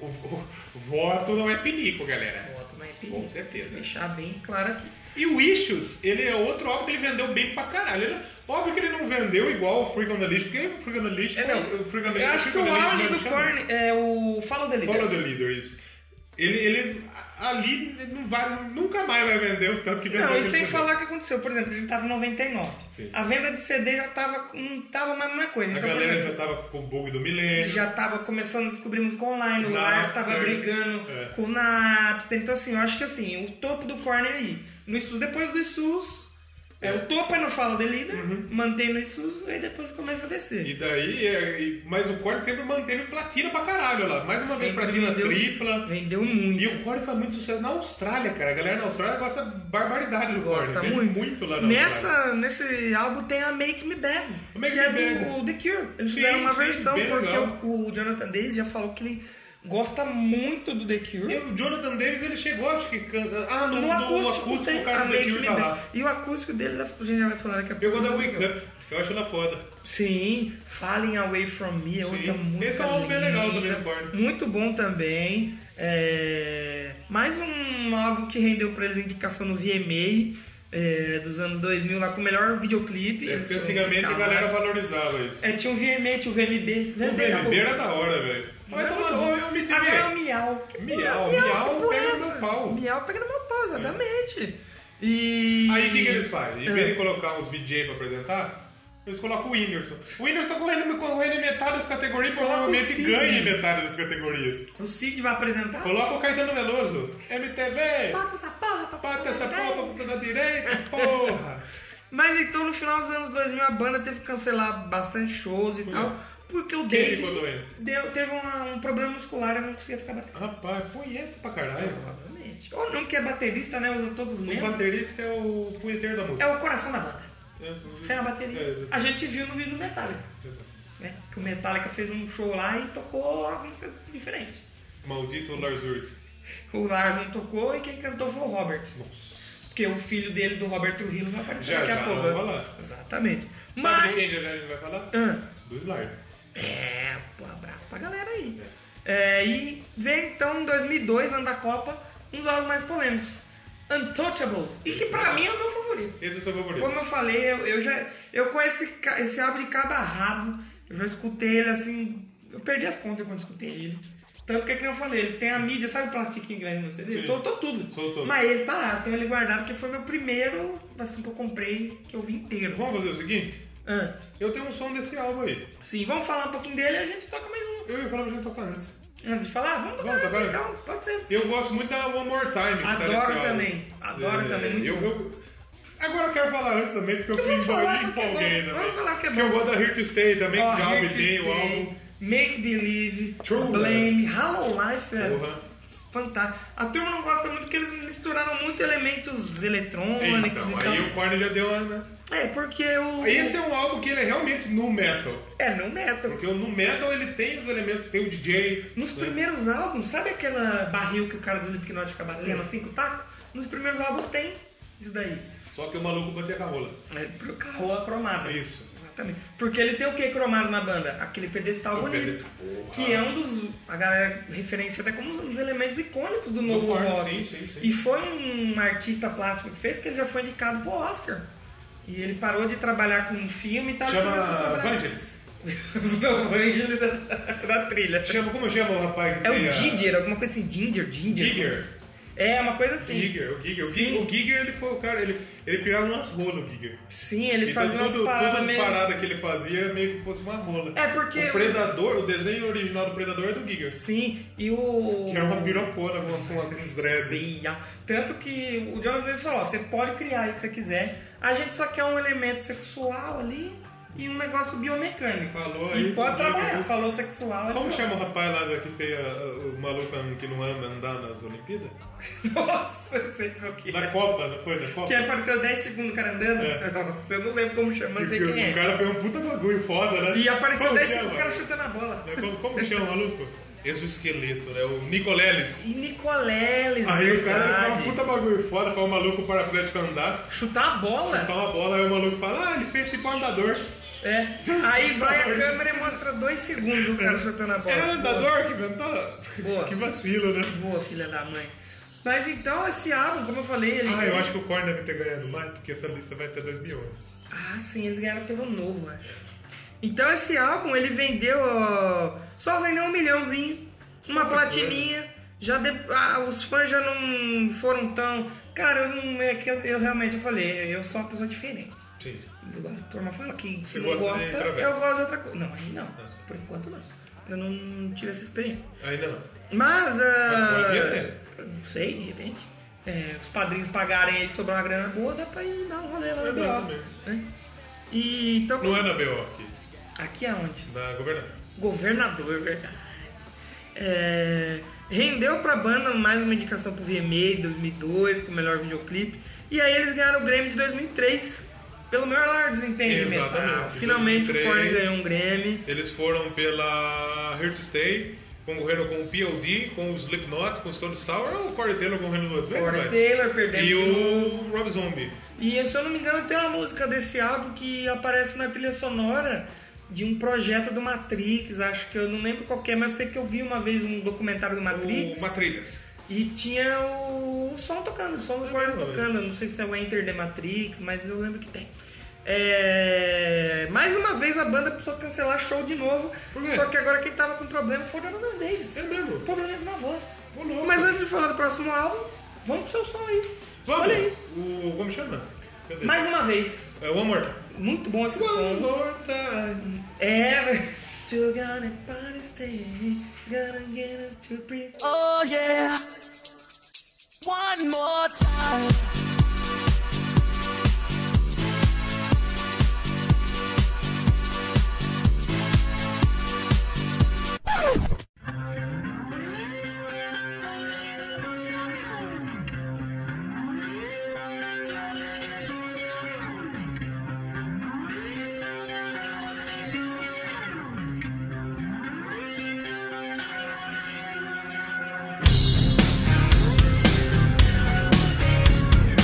o, o- o voto não é pinico, galera.
Voto na EPI.
Com certeza.
né? Deixar bem claro aqui.
E o Issues, ele é outro álbum que ele vendeu bem pra caralho. Ele, óbvio que ele não vendeu igual o Freak on the List, porque o Freak on the List...
É,
foi- o Freak on
não.
the
Eu
List-
acho que
Freak
o
on the List
auge
não
do
chama.
Korn é o Follow the Leader.
Follow the Leader, isso. Ele, ele ali não vai, nunca mais vai vender o tanto que vendeu.
Não, e
aquele
sem
CD.
falar o que aconteceu. Por exemplo, a gente tava em 99.
Sim.
A venda de CD já tava, não tava mais a mesma coisa. Então,
A
tá por
galera
exemplo,
já tava com o bug do milênio.
já tava começando a descobrir música online, o
Napster.
Lars tava brigando
É.
com o Napster. Então, assim, eu acho que assim, o topo do Korn é aí. No SUS, depois do SUS, é, o topo é no Follow the Leader, mantém no SUS, aí depois começa a descer.
Uhum. E daí, é, e- mas o Korn sempre manteve platina pra caralho olha lá. Mais uma vez
Sempre
platina
vendeu-
tripla.
Vendeu muito.
E o Korn faz muito sucesso na Austrália, cara. A galera na Austrália gosta barbaridade do Korn.
Gosta
Vende
muito.
muito lá na Austrália.
Nessa, nesse álbum tem a Make Me Bad,
Make
que
Me
é
Bad.
do The Cure. Eles
Sim,
fizeram uma
sim,
versão,
bem
porque
legal.
o, o Jonathan Davis já falou que ele gosta muito do The Cure.
E o Jonathan Davis, ele chegou, acho que canta... Ah, no,
no,
no
acústico, tem
o cara
a
do The
Make
Cure
Me
tá
Bad.
lá.
E o acústico deles, a gente já vai falar daqui a pouco.
Eu gosto da Wake Up, que eu acho ela foda.
Sim, Falling Away From Me é outra
Sim.
música
Esse é um álbum bem
linda,
legal também do Korn.
Muito bom também. É, Mais um álbum que rendeu pra eles indicação no VMA é, dos anos 2000, lá com o melhor videoclipe.
É
Eles
porque
foram
antigamente a
indicados.
galera valorizava isso.
É, tinha o VMA, tinha o VMB.
O VMB era da um hora, velho. Mas
Não,
toma
não.
eu me tive.
Agora é o Miau.
Miau, Miau
que
pega no
poeta.
meu pau. É.
Miau pega no meu pau, exatamente. E...
Aí o que, que eles fazem? Em vez de
É.
colocar uns VJ pra apresentar, eles colocam o Whindersson. O Whindersson correndo, correndo em metade das categorias e
Coloca o
provavelmente
Cid.
ganha em metade das categorias.
O Cid vai apresentar?
Coloca o Caetano Veloso. MTV!
Bota essa porra pra
Bota essa
funcionar,
porra pra você da direita, porra!
Mas então no final dos anos 2000 a banda teve que cancelar bastante shows e tal, porque o
Quem
David
ficou doente?
deu- teve uma- um problema muscular e não conseguia ficar batendo.
Rapaz, punheta pra caralho.
Provavelmente. Ou não, que é baterista, né? Usa todos os
O
membros.
baterista é o punheteiro da
É
música.
o coração da banda. Sem a bateria.
É, exato.
a gente viu no vídeo do Metallica,
Exato.
né? Que o Metallica fez um show lá e tocou as músicas diferentes.
Maldito Lars Ulrich.
O Lars não tocou e quem cantou foi o Robert. Porque o filho dele, do Robert Trujillo, vai aparecer
Já,
daqui a
já,
pouco.
vamos falar.
Exatamente.
Sabe de
Mas...
quem né, a gente vai falar?
Ah.
Do Slayer.
É, pô, abraço pra galera aí. É, e vem então em 2002, ano da Copa, um dos álbuns mais polêmicos. Untouchables. E que pra mim é o meu favorito.
Esse é o seu favorito.
Como eu falei, eu, eu já. Eu conheço esse, ca- esse álbum de cabo a rabo. Eu já escutei ele assim. Eu perdi as contas quando escutei ele. Tanto que é que eu falei, ele tem a mídia, sabe o plastiquinho que vai no CD?
Sim.
Soltou tudo.
Soltou.
Mas ele tá lá, eu tenho ele guardado, porque foi meu primeiro, assim, que eu comprei, que eu vi inteiro.
Vamos fazer o seguinte?
Ah,
Eu tenho um som desse álbum aí.
sim, vamos falar um pouquinho dele e a gente toca mais um.
Eu ia falar pra gente tocar antes.
Antes de falar, vamos tocar
Vamos tocar
essa, então, pode ser.
Eu gosto muito da One More Time. que tá
Adoro
nesse álbum.
também. Adoro também, muito
eu,
bom.
eu- Agora eu quero falar antes também, porque eu fui
Vamos falar
embora
que é bom.
empolguei também.
Vamos falar que é
eu
bom.
gosto da Here to Stay também,
Ó,
que já
Here to
tem o
Stay,
álbum.
Make Believe,
True
Blame,
Lies.
Hollow Life, é
Porra.
fantástico. A turma não gosta muito porque eles misturaram muito elementos eletrônicos É. e
Então,
tal.
aí o Korn já deu uma, né?
É, porque o...
Esse é um álbum que ele é realmente nu metal.
É, não metal.
Porque o nu metal ele tem os elementos, tem o DJ.
Nos
né?
primeiros álbuns, sabe aquela barril que o cara do Slipknot fica batendo assim com o taco? Nos primeiros álbuns tem isso daí.
Só que o maluco batia com a rola.
É pro carro a cromada.
É Isso.
Exatamente. Porque ele tem o que cromado na banda? Aquele pedestal
O
bonito.
Um pedestal. Porra.
Que é um dos. A galera referencia até como um dos elementos icônicos do novo
Korn,
rock.
sim, sim, sim.
E foi um artista plástico que fez que ele já foi indicado pro Oscar. E ele parou de trabalhar com filme e tal. ele
Chama
começou a trabalhar-
Vangelis.
*laughs* Não, Vangelis é da, da trilha.
Chama, como chama o rapaz? que
É
tem
o
a-
Ginger, alguma coisa assim, Ginger, Ginger.
Giger.
É, uma coisa assim.
Giger, o Giger. O
Sim.
Giger, o Giger, ele foi o cara, ele, ele pirava umas rolas, o Giger.
Sim, ele
Então,
fazia umas
tudo,
paradas
todas
meio...
as paradas que ele fazia era meio que fosse uma rola.
É, porque-
O Predador, o desenho original do Predador é do Giger.
Sim, e o...
Que era uma pirocona com, com, com uns dreads.
Veia. Tanto que o Jonathan Davis falou, ó, você pode criar o que você quiser, a gente só quer um elemento sexual ali e um negócio biomecânico.
Falou
e
aí,
pode
Giger.
trabalhar, falou sexual. ele
Como
falou.
chama o rapaz lá que fez a- a- o maluco que não anda andar nas Olimpíadas?
*laughs* Nossa, eu sei qual que
Na
é.
Copa, não foi? Na Copa?
Que é- apareceu 10 segundos o cara andando.
É.
*laughs* Nossa, eu não lembro como chama, mas
Que-
sei
que
quem
O
é.
cara fez um puta bagulho foda, né?
E apareceu
Como
10
chama?
segundos o cara chutando a bola.
Né, Como, como chama o
*laughs*
maluco? Exoesqueleto, né? O Nicoleles.
E Nicoleles,
Aí o cara
verdade.
fez um puta bagulho foda pra o maluco paraplético andar,
Chutar a bola?
tá uma bola, aí o maluco fala, ah, ele fez tipo um andador.
É. Aí
*laughs*
vai a câmera e mostra dois segundos o cara chutando a bola.
Era um andador que inventou? *laughs*
Boa.
Que vacilo, né?
Boa, boa, filha da mãe. Mas então esse álbum, como eu falei, ele.
Ah, eu acho que o Korn deve ter ganhado mais, porque essa lista vai até 2011.
Ah, sim, eles ganharam pelo novo, acho. Então esse álbum ele vendeu. ó, Só vendeu um milhãozinho,
um
uma platininha. Já de- ah, os fãs já não foram tão. Cara, eu não. É que eu, eu realmente eu falei, eu sou uma pessoa diferente.
Sim.
A turma fala que
Você
se não
gosta
gosta,
de travesti.
eu gosto de outra coisa. Não, aí não. Por enquanto não. Eu não tive essa experiência.
Ainda não.
Mas. ah,
pode ter.
não sei, de repente. É, os padrinhos pagarem aí sobrar uma grana boa, dá pra ir dar um rolê lá no
Verdade
BO. né? E então.
É Não é na BO aqui,
Aqui é onde?
na governança.
Governador, verdade. É, rendeu pra banda mais uma indicação pro VMA de 2002, com o melhor videoclipe. E aí eles ganharam o Grammy de 2003, pelo melhor desempenho de metal.
Exatamente,
Finalmente o Korn
2003.
ganhou um Grammy.
Eles foram pela Here to Stay, concorreram com o POD, com o Slipknot, com o Stone Sour, o Corey Taylor concorrendo duas vezes,
Corey
vai.
Taylor perdendo
E
de um
o Rob Zombie.
E se eu não me engano, tem uma música desse álbum que aparece na trilha sonora de um projeto do Matrix, acho que eu não lembro qual que é, mas eu sei que eu vi uma vez um documentário do Matrix
O Matrilhas.
e tinha o, o som tocando, o som do quarto tocando. Eu Não sei se é o Enter the Matrix, mas eu lembro que tem. É, Mais uma vez a banda precisou cancelar show de novo.
Por quê?
Só que agora quem tava com problema foi o Jonathan Davis.
É mesmo?
Problemas na voz.
Ô, louco.
Mas antes de falar do próximo álbum, vamos pro seu som aí.
Vamos!
Olha aí.
O, como chama? Cadê?
Mais uma vez.
É, One More Time.
Muito bom esse som.
More Time.
É, velho. Two gonna party stay, gonna get us to breathe.
Oh yeah. One more time.
One more time.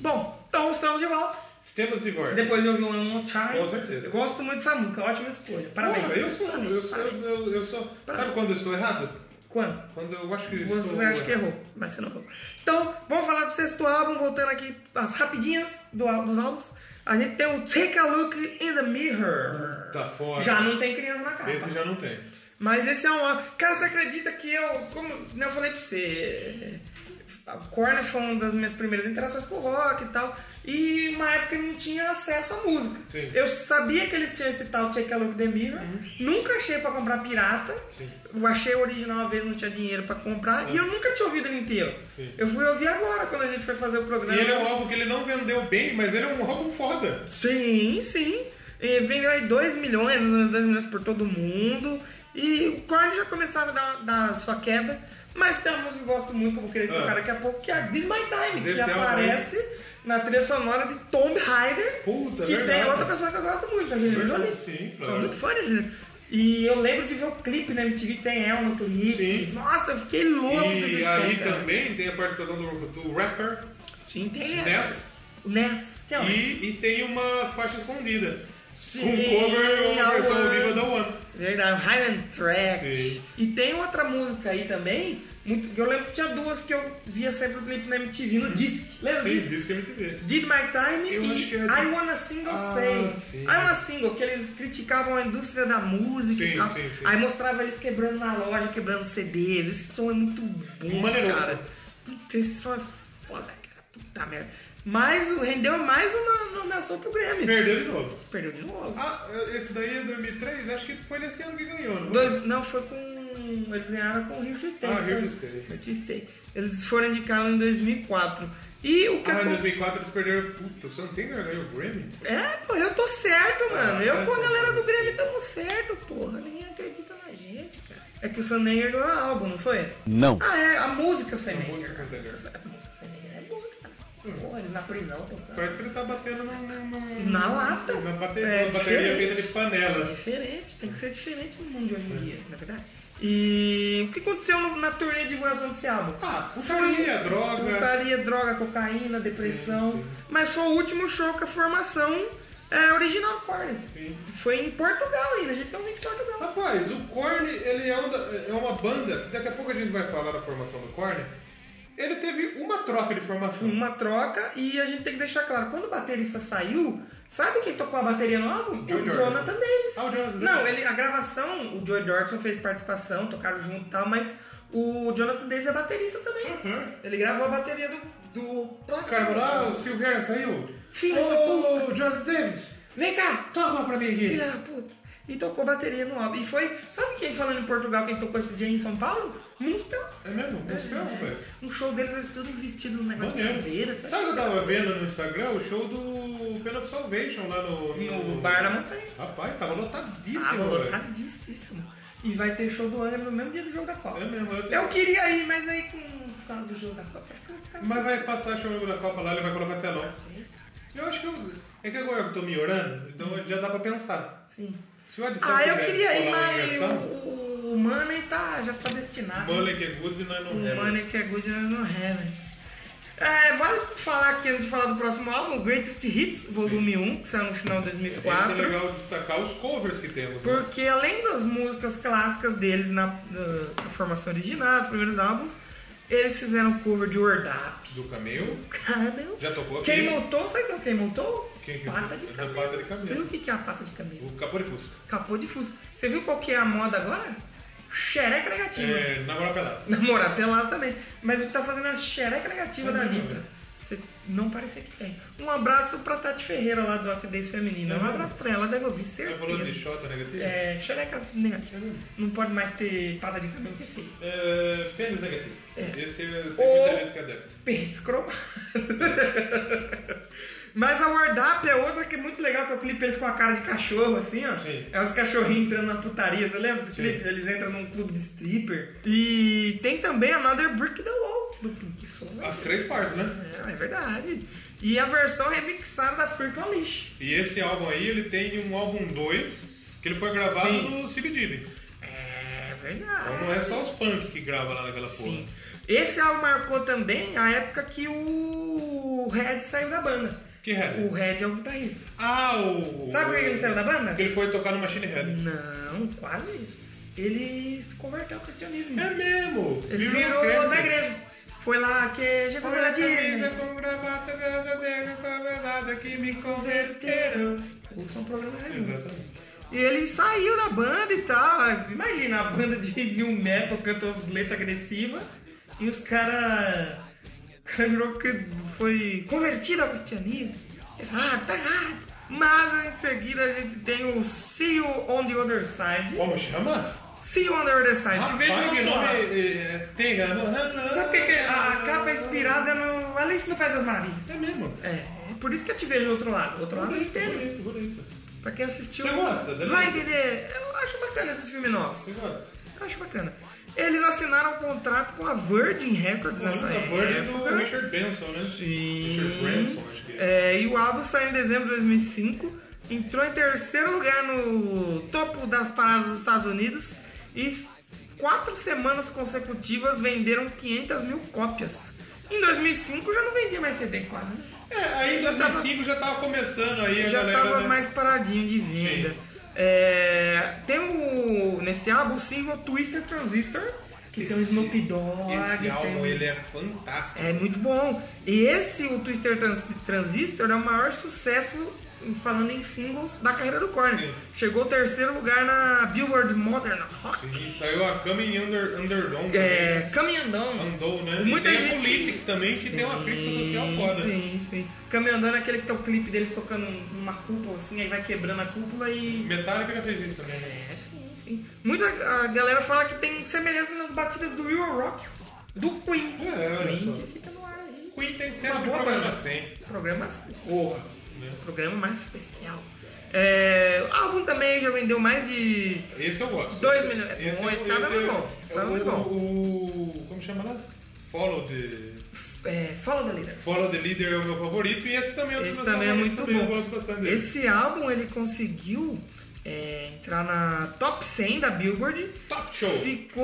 então
Temas de Vortex.
Depois eu vi um One More Time.
Com certeza.
Eu gosto muito dessa música, é ótima escolha. Parabéns.
Porra, eu sou. Eu sou. Eu, eu- eu sou sabe quando eu estou errado?
Quando?
Quando eu acho que eu estou.
Você acha que é errou, mas você não errou. Então, vamos falar do sexto álbum, voltando aqui as rapidinhas do, al- dos álbuns. A gente tem o Take a Look in the Mirror.
Tá fora.
Já não tem criança na capa.
Esse já não tem.
Mas esse é um álbum. Cara, você acredita que eu. Como né, eu falei pra você. é, A Corner foi uma das minhas primeiras interações com o rock e tal. E uma época eu não tinha acesso à música.
Sim. Uhum.
Eu sabia que eles tinham esse tal Check a Look the Mirror. Nunca achei pra comprar pirata. Eu achei o original uma vez, não tinha dinheiro pra comprar. E eu nunca tinha ouvido ele inteiro.
Uhum. Sim.
Eu fui ouvir agora quando a gente foi fazer o
E
programa.
ele é um álbum que ele não vendeu bem, mas ele é um álbum foda.
Sim, sim. E vendeu aí 2 milhões, mais ou menos 2 milhões por todo mundo. E o Korn já começava a dar, dar sua queda. Mas tem uma música que eu gosto muito, que eu vou querer
Ah.
tocar daqui a pouco, que é a This My Time, que
Desse álbum,
aparece na trilha sonora de Tomb Raider.
Puta, é
que
verdade.
tem outra pessoa que eu gosto muito, a Angelina
Verdade,
Jolie.
sim,
Sou
claro.
muito fã da Angelina. E eu lembro de ver o clipe na MTV, que tem ela no clipe.
Sim.
Nossa, eu fiquei louco desse
E aí
som, cara.
também tem a participação do, do rapper
Sim, tem ela.
Ness.
O Ness. que é ela.
E, e tem uma faixa escondida.
Sim,
Com cover ou uma
a
versão ao
One.
vivo da One.
Verdade, o Highland Track.
Sim.
E tem outra música aí também, muito, que eu lembro que tinha duas que eu via sempre o clipe na MTV, no Disc. Lembra
Uhum. Sim,
disso?
diz que é MTV.
Did My Time
Eu
e
acho que era-
I Wanna Single
Ah,
Say.
sim.
I Wanna Single, que eles criticavam a indústria da música e
Sim,
tal.
sim, sim.
Aí mostrava eles quebrando na loja, quebrando CDs. Esse som é muito bom,
Maneiro.
cara. Puta, esse som é foda, cara. Puta merda. Mas rendeu mais uma nomeação pro Grammy.
Perdeu de novo.
Perdeu de novo.
Ah, esse daí é 2003? Acho que foi nesse ano que ganhou, não foi?
Dois, não, foi com. Eles ganharam com o Rio to Stay.
Ah, Here
foi?
to Stay.
Here to Stay. Eles foram indicados em 2004. E o que
Ah, em
acon-
2004 eles perderam. Puta, o Santana ganhou o Grammy?
É, pô, eu tô certo, mano. Eu
tá
com a
bom.
galera do Grêmio tamo certo, porra. Ninguém acredita na gente, cara. É que o Sandeyer ganhou a álbum, não foi?
Não.
Ah, é, a música Sandeyer.
música Hum. Sandeyer.
A música Sandeyer é boa, cara. Porra, eles na prisão tocando.
Parece que ele tá batendo no, no- no-
Na lata.
Na bate-
É,
na bateria
diferente.
feita de panela.
Diferente, tem que ser diferente no mundo de hoje em dia, na verdade. E o que aconteceu no- na turnê de divulgação desse álbum?
Ah, putaria, droga.
Putaria, droga, cocaína, depressão. Mas foi o último show com a formação é, original do Korn.
Sim.
Foi em Portugal ainda, a gente tem um vídeo em Portugal.
Rapaz, o Korn, ele é, um da- é uma banda, que daqui a pouco a gente vai falar da formação do Korn. Ele teve uma troca de formação.
Uma troca e a gente tem que deixar claro, quando o baterista saiu, sabe quem tocou a bateria no álbum?
Joe
o
Jordan.
Jonathan Davis.
Ah, o Jonathan Davis.
Não, ele, a gravação, o Joe Jordan fez participação, tocaram junto e tal, mas o Jonathan Davis é baterista também.
Uhum.
Ele gravou a bateria do. do
O cara falou, ah, o Silveira saiu.
Filho da
Ô, Jonathan Davis,
Vem cá!
toca uma pra mim aqui.
Filha da puta! E tocou bateria no álbum. E foi. Sabe quem falando em Portugal, quem tocou esse dia em São Paulo? Muspel.
É mesmo? Gospel, rapaz.
Um show deles, eles tudo vestidos, um negócio de caveira,
Maneiro.
sabe?
Sabe o que eu tava vendo no Instagram? O show do Pen of Salvation lá no...
No Bar da Montanha.
Rapaz, tava lotadíssimo,
Ah,
velho.
lotadíssimo. E vai ter show do Angra no mesmo dia do jogo da Copa.
É mesmo, eu-
Eu queria ir, mas aí com por causa do jogo da Copa, acho que eu vou ficar.
Mas vai passar show da Copa lá, ele vai colocar telão. Eu acho que eu... É que agora eu tô me orando, então já dá pra pensar.
Sim.
Se o Adson
Ah, eu
quiser
queria ir,
colar uma
mas
inversão,
o, o, o Money tá, já tá destinado.
Mullen que é good, nós não
O
temos.
Money que é good nós não Heavens. É, vale falar aqui antes de falar do próximo álbum, Greatest Hits, volume 1, que saiu no final de
Isso é
2004.
legal destacar os covers que temos. né?
Porque além das músicas clássicas deles na, da, da formação original, os primeiros álbuns, eles fizeram um cover de Word Up.
Do Camelo.
Camel.
Já tocou aqui?
Quem montou, sabe quem- quem montou?
Quem que-
pata de
na
camelo.
pata de camelo.
Viu o que que é a pata de camelo?
O Capô de Fusca.
Capô de fusca. Você viu qual que é a moda agora? Xereca negativa.
É, namorar pelado.
Namorar pelado também. Mas ele tá fazendo a xereca negativa da Anitta. Você não parecia que tem. Um abraço pra Tati Ferreira lá do Acidez Feminina. Um abraço pra ela, deve ouvir
Já
certeza.
falou de Xota negativo?
É, xereca negativa. Não pode mais ter pata de cabelo que é feio.
É, pênis negativo. Esse tem
É. Ou-
muita gente que é adepto.
Pênis cromado. *laughs* Mas a Word Up é outra que é muito legal, que é o clipe eles com a cara de cachorro, assim, ó.
Sim.
É os cachorrinhos entrando na putaria, você lembra desse clipe? Eles entram num clube de stripper. E tem também Another Brick the Wall, do Pink Floyd.
As três partes, né?
É, é verdade. E a versão remixada da Freak Leash.
E esse álbum aí, ele tem um álbum 2, que ele foi gravado no CBDB.
É
Então
verdade.
não é só os punk que grava lá naquela porra.
Sim. Esse álbum marcou também a época que o Red saiu da banda.
Que Head?
O Red é o guitarrista.
Ah, o.
Sabe por que ele saiu da banda?
Porque ele foi tocar no Machine Head.
Não, quase isso. Ele se converteu ao cristianismo.
É mesmo!
Ele virou
crente. é
da igreja. Foi lá que Jesus
Olha
era
a camisa
de.
com gravata verdadeira, com a verdade que me converteram.
Outro é um programa de música.
Exatamente.
E ele saiu da banda e tal. Imagina, a banda de *laughs* new metal cantou letra agressiva e os caras. virou que foi convertido ao cristianismo. Errado, tá errado. Mas em seguida a gente tem o See You on the Other Side.
Como chama?
See You on the Other Side.
Ah,
Veja
veja que
lá.
nome é, é, terra.
Sabe por que que a a capa é inspirada no Alice no País das Maravilhas?
É mesmo.
É, por isso que eu te vejo do outro lado. O outro lado é espelho.
Bonito, bonito.
Pra quem assistiu.
Você gosta, né? deve
Vai
ser.
entender. Eu acho bacana esses filmes novos.
Você gosta?
Eu acho bacana. Eles assinaram um contrato com a Virgin Records nessa
A
é época.
Bird do Richard Benson, né? Richard Branson, acho que é.
É, e o álbum saiu em dezembro de 2005. Entrou em terceiro lugar no topo das paradas dos Estados Unidos. E quatro semanas consecutivas venderam 500 mil cópias. Em 2005 já não vendia mais CD quase. né?
É, aí em
Já tava-
2005 já tava começando aí a
já
galera...
tava
né?
mais paradinho de venda.
Sim.
É, tem o, nesse álbum o single Twister Transistor, que tem o
Esse-
Snoop Dogg.
Esse
tem
álbum,
o-
ele é fantástico.
é muito bom. E esse, o Twister Trans- Transistor, é o maior sucesso, falando em singles, da carreira do Korn.
Sim.
Chegou ao terceiro lugar na Billboard Modern Rock.
E saiu a Coming Under, Underdome também,
É,
né?
Caminhandão.
Andou, né?
Muita
e tem
gente-
o Politics também, que tem uma crítica social é foda. né?
Sim, sim. Caminhandão é aquele que tem o clipe deles tocando uma cúpula, assim, aí vai quebrando a cúpula e
Metallica já fez isso também, né?
É, sim, sim. Muita a galera fala que tem semelhança nas batidas do Real Rock, do Queen.
É, olha
Queen
só.
que fica no ar aí.
Queen tem
Uma
sempre
boa
programa
banda.
100.
Programa,
Porra. Né?
programa mais especial. É, o álbum também já vendeu mais de
Esse eu gosto.
2 milhões. É
Esse
bom, esse cara é muito bom. Esse cara é muito
o,
bom.
o- Como chama lá? Follow the...
É, fala da líder.
Follow the Leader é o meu favorito e esse também é o
Esse também é muito
Eu
bom.
gosto bastante dele.
Esse álbum ele conseguiu é, entrar na top 100 da Billboard.
Top Show.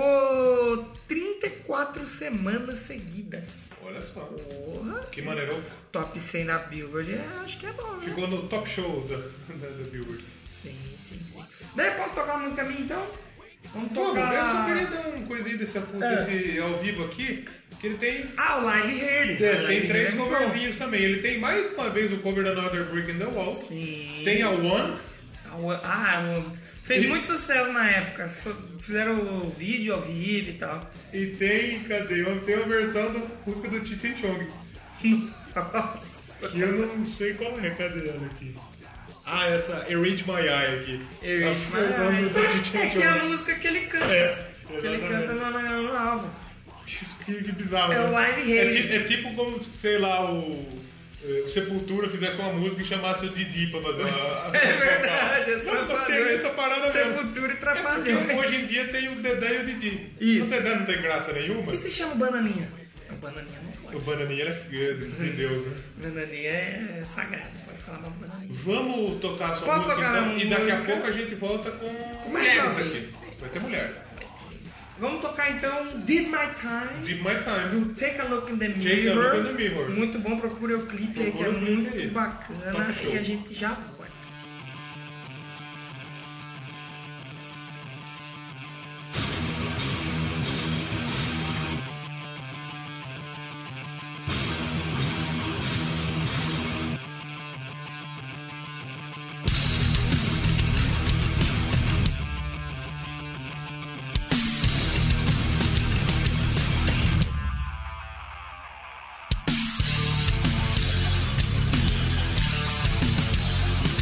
Ficou 34 semanas seguidas.
Olha só.
Porra!
Que maneirão.
Top 100 da Billboard, é, acho que é bom, né?
Ficou no Top Show da, da, da Billboard.
Sim, sim, sim. Daí posso tocar uma música minha então? Vamos
Pô, eu só
tocar.
queria dar um coisinho desse,
É.
desse ao vivo aqui, que ele tem
Ah, o Live Herd.
É,
O Live
tem três
Herd é bom.
coverzinhos também. Ele tem mais uma vez o cover da Another Brick in the Wall.
Sim.
Tem a One.
Ah, o- Ah, o- fez
E-
muito sucesso na época. So- Fizeram o vídeo ao vivo e tal.
E tem, cadê? Tem a versão da música do Cheech and *laughs* Chong. Que eu não sei qual é, cadê ela aqui? Ah, essa Erase My Eye aqui.
Erase
a versão
My Eye.
do Cheech
*laughs* É
and
que é a
Chong.
música que ele canta.
É,
que ele
exatamente.
canta no, no, no álbum.
Isso que, que bizarro.
É
né?
o Live
é,
Aid.
ti- é tipo como, sei lá, o, eh, o Sepultura fizesse uma música e chamasse o Didi pra fazer
*laughs*
uma.
É verdade,
Não,
esse
não sei, essa parada mesmo. É
Sepultura e
porque
Trapalhões.
hoje em dia tem o Dedé e o Didi.
Isso.
O Dedé não tem graça nenhuma.
O que se chama Bananinha? O Bananinha não pode.
O bananinha era de Deus, né?
Bananinha é sagrado, pode falar mal do Bananinha.
Vamos tocar a sua
Posso
música
tocar
então,
a
e daqui a
música?
pouco a gente volta com
mais
mulheres
alguém.
aqui. Vai ter mulher.
Vamos tocar então Did My Time.
Deep My Time.
Take a Look in the
a
Mirror.
Look in the Mirror.
Muito bom, procure o clipe aí que é
Procure o clipe
muito
aí.
bacana.
Top show.
E a gente já volta.
Take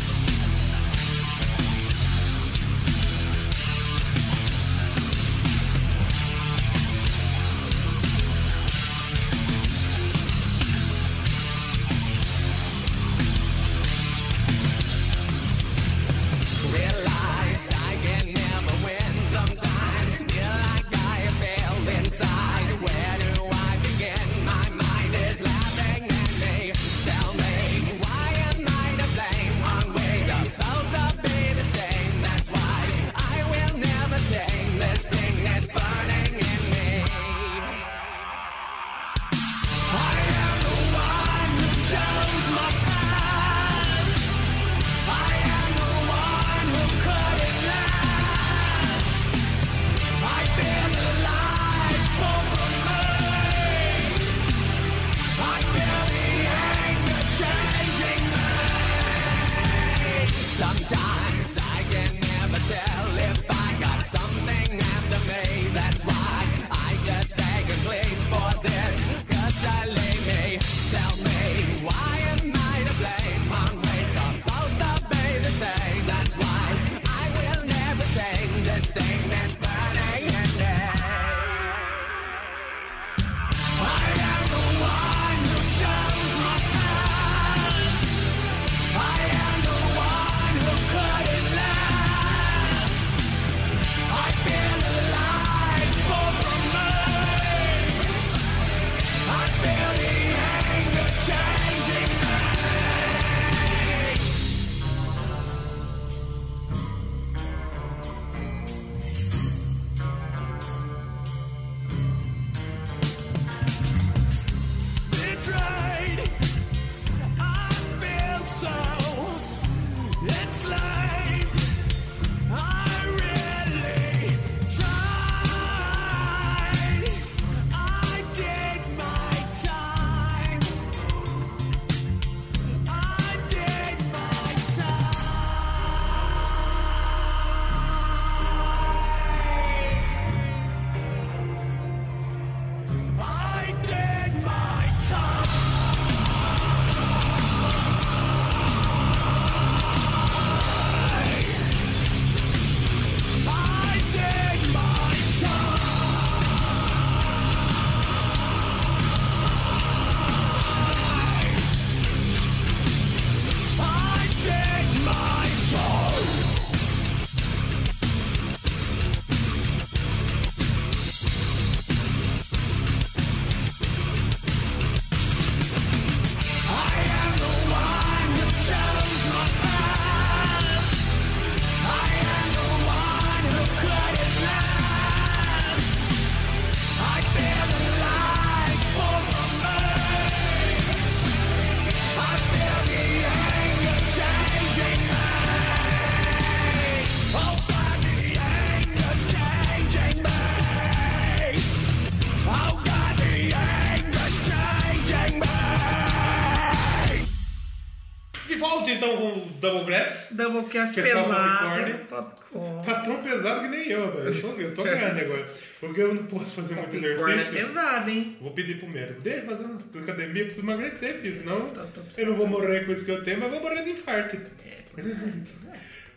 então, Double Brass.
Doublecast
Pessoal,
pesado. Popcorn.
Tá tão pesado que nem eu, velho. Eu tô, eu
*laughs*
tô ganhando agora. Porque eu não posso fazer muito
Popcorn é
exercício.
pesado, hein?
Vou pedir pro médico dele fazer uma academia, eu preciso emagrecer, filho, senão
Tá, tá
eu não vou morrer com isso que eu tenho, mas vou morrer de infarto. *laughs*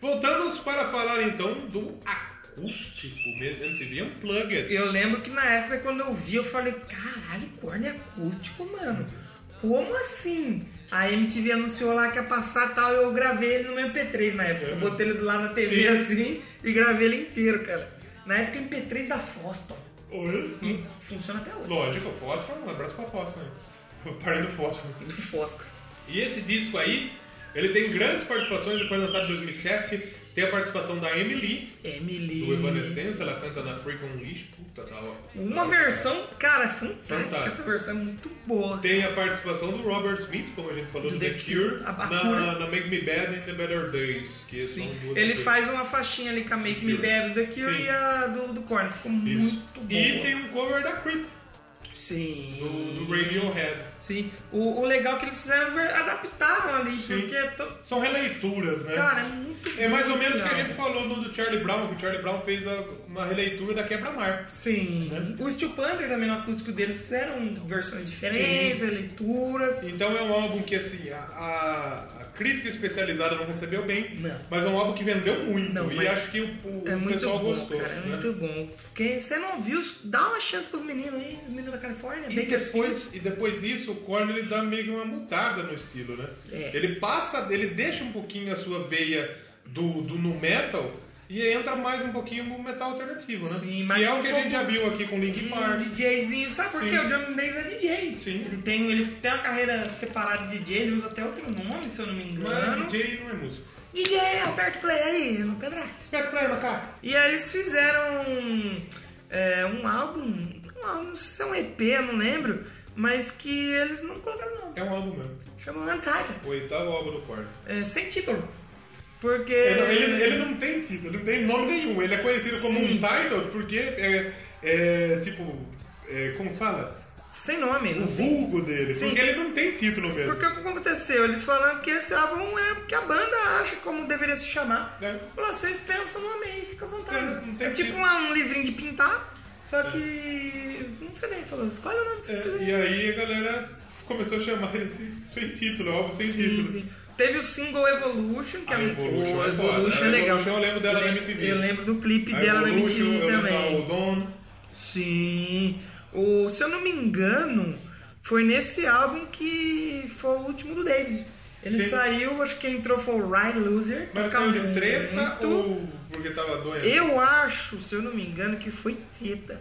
Voltamos para falar então do acústico mesmo, MTV Unplugged.
Eu lembro que na época, quando eu vi, eu falei, caralho, corno é acústico, mano. Como assim? A MTV anunciou lá que ia passar tal, eu gravei ele no meu MP3 na época. Eu botei ele lá na TV
É. Sim.
assim e gravei ele inteiro, cara. Na época MP3 da Foston.
Oi?
E funciona até hoje.
Lógico, fósforo, um abraço pra fósforo. né? *laughs* Parei do fósforo.
Do Fosco.
E esse disco aí, ele tem grandes participações, ele foi lançado em 2007, tem a participação da Emily, do
Emily.
Evanescence, ela canta na Freak on Leash, puta tá da hora.
Uma versão, cara, fantástica.
Fantástica.
Essa versão é muito boa.
Tem a participação do Robert Smith, como a gente falou, do,
Do
The,
The
Cure,
Cure,
na,
a Bakura.
na Make Me Bad and The Better Days. Que são duas
assim. Ele
coisas.
faz uma faixinha ali com a Make Me
Cure.
Bad do The Cure
Sim.
e a do, do Korn. Ficou
Isso.
muito bom.
E tem um cover da Creep,
Sim.
do, do Radiohead.
Sim. O, o legal é que eles fizeram, ver- adaptaram ali,
Sim.
porque é todo.
São releituras, né?
Cara, é muito
é mais ou menos o que a
legal.
gente falou do, do Charlie Brown, que o Charlie Brown fez a- uma releitura da Quebra-Mar.
Sim.
Né?
O Steel Panther também no acústico deles fizeram versões diferentes, leituras.
Então é um álbum que, assim, a, a- a crítica especializada não recebeu bem,
Não.
mas é um álbum que vendeu muito.
Não,
e
mas
acho que o, o
É muito
pessoal
bom,
gostou.
cara. É
né?
muito bom. Quem você não viu, dá uma chance pros meninos aí, os meninos da Califórnia.
E
bem
depois, e depois disso, o Korn ele dá meio que uma mudada no estilo, né?
É.
Ele passa, ele deixa um pouquinho a sua veia do, do nu metal e entra mais um pouquinho no metal alternativo, né?
Sim, mas
e é o
um
que a
pouco-
gente já viu aqui com o Linkin
Um
Park.
DJzinho, sabe por
Sim.
quê? O John Davis é DJ.
Sim.
Ele tem, ele tem uma carreira separada de DJ, ele usa até outro nome, se eu não me engano.
Mas DJ não é músico.
DJ, Alberto Play aí, no Pedra.
Espera pra ela, cara.
E aí eles fizeram é, um álbum, um álbum, não sei se é um EP, eu não lembro, mas que eles não colocaram nome.
É um álbum mesmo.
Chamam Untitled,
O oitavo álbum do Korn.
é, sem título. Porque...
Ele, ele- ele não tem título, ele não tem nome nenhum. Ele é conhecido como
Sim.
um title porque é, é, tipo... é, como fala?
Sem nome.
O
não tem-
vulgo dele.
Sim.
Porque ele não tem título mesmo.
Porque o que aconteceu? Eles falaram que esse álbum é o que a banda acha como deveria se chamar.
É.
Falou, vocês pensam no nome aí, fica à vontade.
É, não tem
É, tipo
que-
um, um livrinho de pintar, só que. Não sei nem, falou, escolhe o nome que vocês
É,
quiserem.
e aí a galera começou a chamar ele de- sem título, algo sem
Sim,
título.
sim. Teve o single Evolution, que
A
é
Evolution
o
é foda.
Evolution
A
é legal.
Evolution eu lembro dela na
Eu
MTV.
Eu lembro do clipe
A
dela
Evolution, eu
na MTV
lembro
também.
da Odon.
Sim. O, se eu não me engano, foi nesse álbum que foi o último do Dave. Ele
Sim.
saiu, acho que entrou foi o Ryan Loser.
Mas
toca
saiu de treta
muito.
ou porque tava doendo?
Eu acho, se eu não me engano, que foi treta.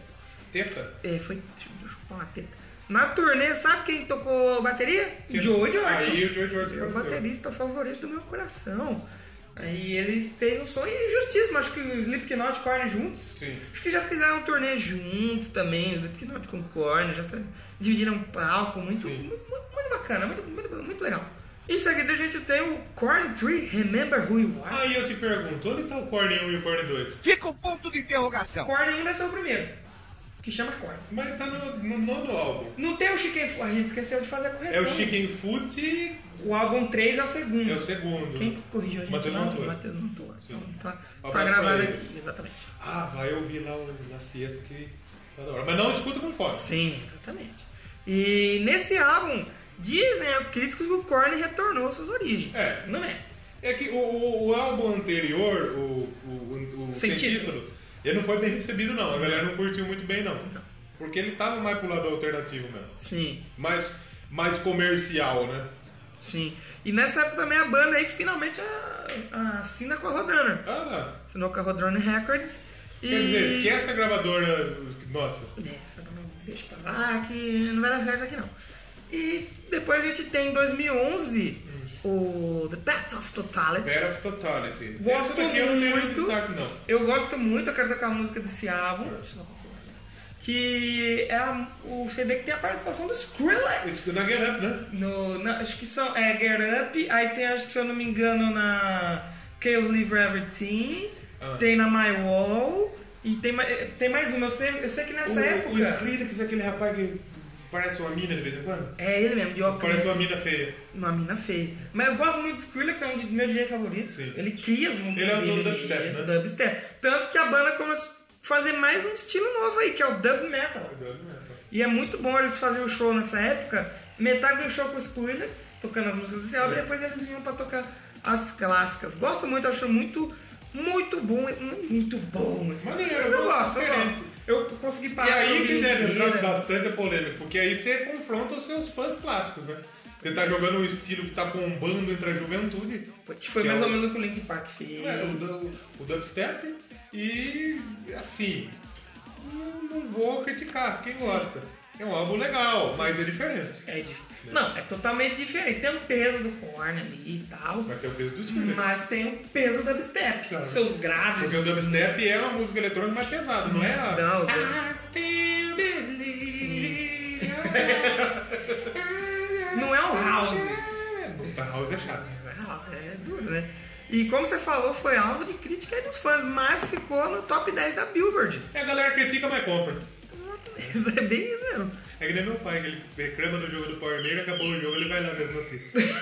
Treta?
É, foi. Deixa eu falar uma treta. Na turnê, sabe quem tocou bateria?
Quem-
Joe Jordan.
Aí o Joe Jordan
É o
apareceu.
baterista favorito do meu coração. Aí ele fez um som injustíssimo, acho que o Slipknot e Korn juntos.
Sim.
Acho que já fizeram um turnê juntos também, do Hipnote com Corno, já tá- dividiram um palco, muito,
Sim.
muito, muito bacana, muito, muito, muito legal. Em seguida a gente tem o Corn Tree Remember Who You Are.
Aí eu te pergunto, onde tá o Korn 1 e o Korn 2?
Fica o ponto de interrogação.
Corn ainda é só o primeiro, que chama Corn.
Mas tá no, no nono álbum.
Não tem o Chicken Foot, a gente esqueceu de fazer a
É
correção.
o Chicken Foot,
O álbum 3 é o segundo.
é o segundo.
Quem corrigiu a gente?
Matheus
lá?
Mantua.
Matheus Mantua. Então tá, tá
Um Abraço
gravado
pra ele.
aqui, exatamente.
Ah, vai ouvir lá o- na sexta que... tá da hora. Mas não escuta com fone.
Sim, exatamente. E nesse álbum, dizem os críticos que o Korn retornou às suas origens.
É.
Não é?
É que o, o, o álbum anterior, o, o, o- o
Sem
Sem
Título.
Título, ele não foi bem recebido não. A galera não curtiu muito bem não.
Então.
Porque ele tava mais pro lado alternativo mesmo.
Sim,
Mais, mais comercial, né?
sim. E nessa época também a banda aí finalmente a- a- assina com a Roadrunner.
Ah,
Assinou com a Roadrunner Records. E...
quer dizer, esquece a gravadora... Nossa.
É, fala, não, deixa pra lá que não vai dar certo isso aqui não. E depois a gente tem em 2011 o The Path of Totality.
Better of Totality.
Gosto
Essa daqui eu não tenho muito
muito.
destaque não.
Eu gosto muito, eu quero tocar a música desse álbum. Que é a- o CD que tem a participação do Skrillex.
Isso na Get Up, né?
No, na- acho que são. É Get Up, aí tem, acho que se eu não me engano, na Chaos Live Everything,
Ah.
tem na My Wall, e tem, ma- tem mais eh, uma. Eu sei, eu sei que nessa
o,
época.
O Skrillex, aquele rapaz que Parece uma mina de vez em quando?
É ele mesmo, de óculos.
Parece uma mina feia.
Uma mina feia. Mas eu gosto muito do Skrillex, é um dos meus DJ favoritos.
Sim.
Ele cria as músicas
Ele é o
dele,
dono do dubstep,
ele é
né?
do dubstep. Tanto que a banda começou a fazer mais um estilo novo aí, que é o dub metal. E é muito bom eles fazerem o show nessa época. Metade do show com o Skrillex, tocando as músicas desse álbum,
É.
e depois eles vinham pra tocar as clássicas. Gosto muito, acho muito, muito bom, muito bom. assim.
Maneiro,
Mas eu
eu
gosto, eu
diferente.
gosto. Tá, Eu né? consegui parar.
E aí
de
que
ouvir
deve entrar
inteira.
bastante a polêmica, porque aí você confronta os seus fãs clássicos, né? Você tá jogando um estilo que tá bombando entre a juventude.
Foi
que
mais
é
ou
o-
menos o que o Link Park fez.
É, o, du- o dubstep e assim não, não vou criticar quem gosta. É um álbum legal, mas é diferente.
É dif- Não, é totalmente diferente. Tem um peso do corn ali e tal,
Mas tem o peso do Skrillex.
mas tem um peso do dubstep.
Claro.
Seus graves.
Porque o dubstep é uma música eletrônica mais pesada, não é? a-
Não, né? não.
I still believe.
não é o house.
É, puta, House é chato.
House é duro, né? E como você falou, foi alvo de crítica dos fãs, mas ficou no top 10 da Billboard. *laughs*
É, a galera critica, mas compra.
Isso é bem isso mesmo.
É que nem meu pai, que ele reclama do jogo do Power Ranger, acabou o jogo, ele vai lá ver as notícias.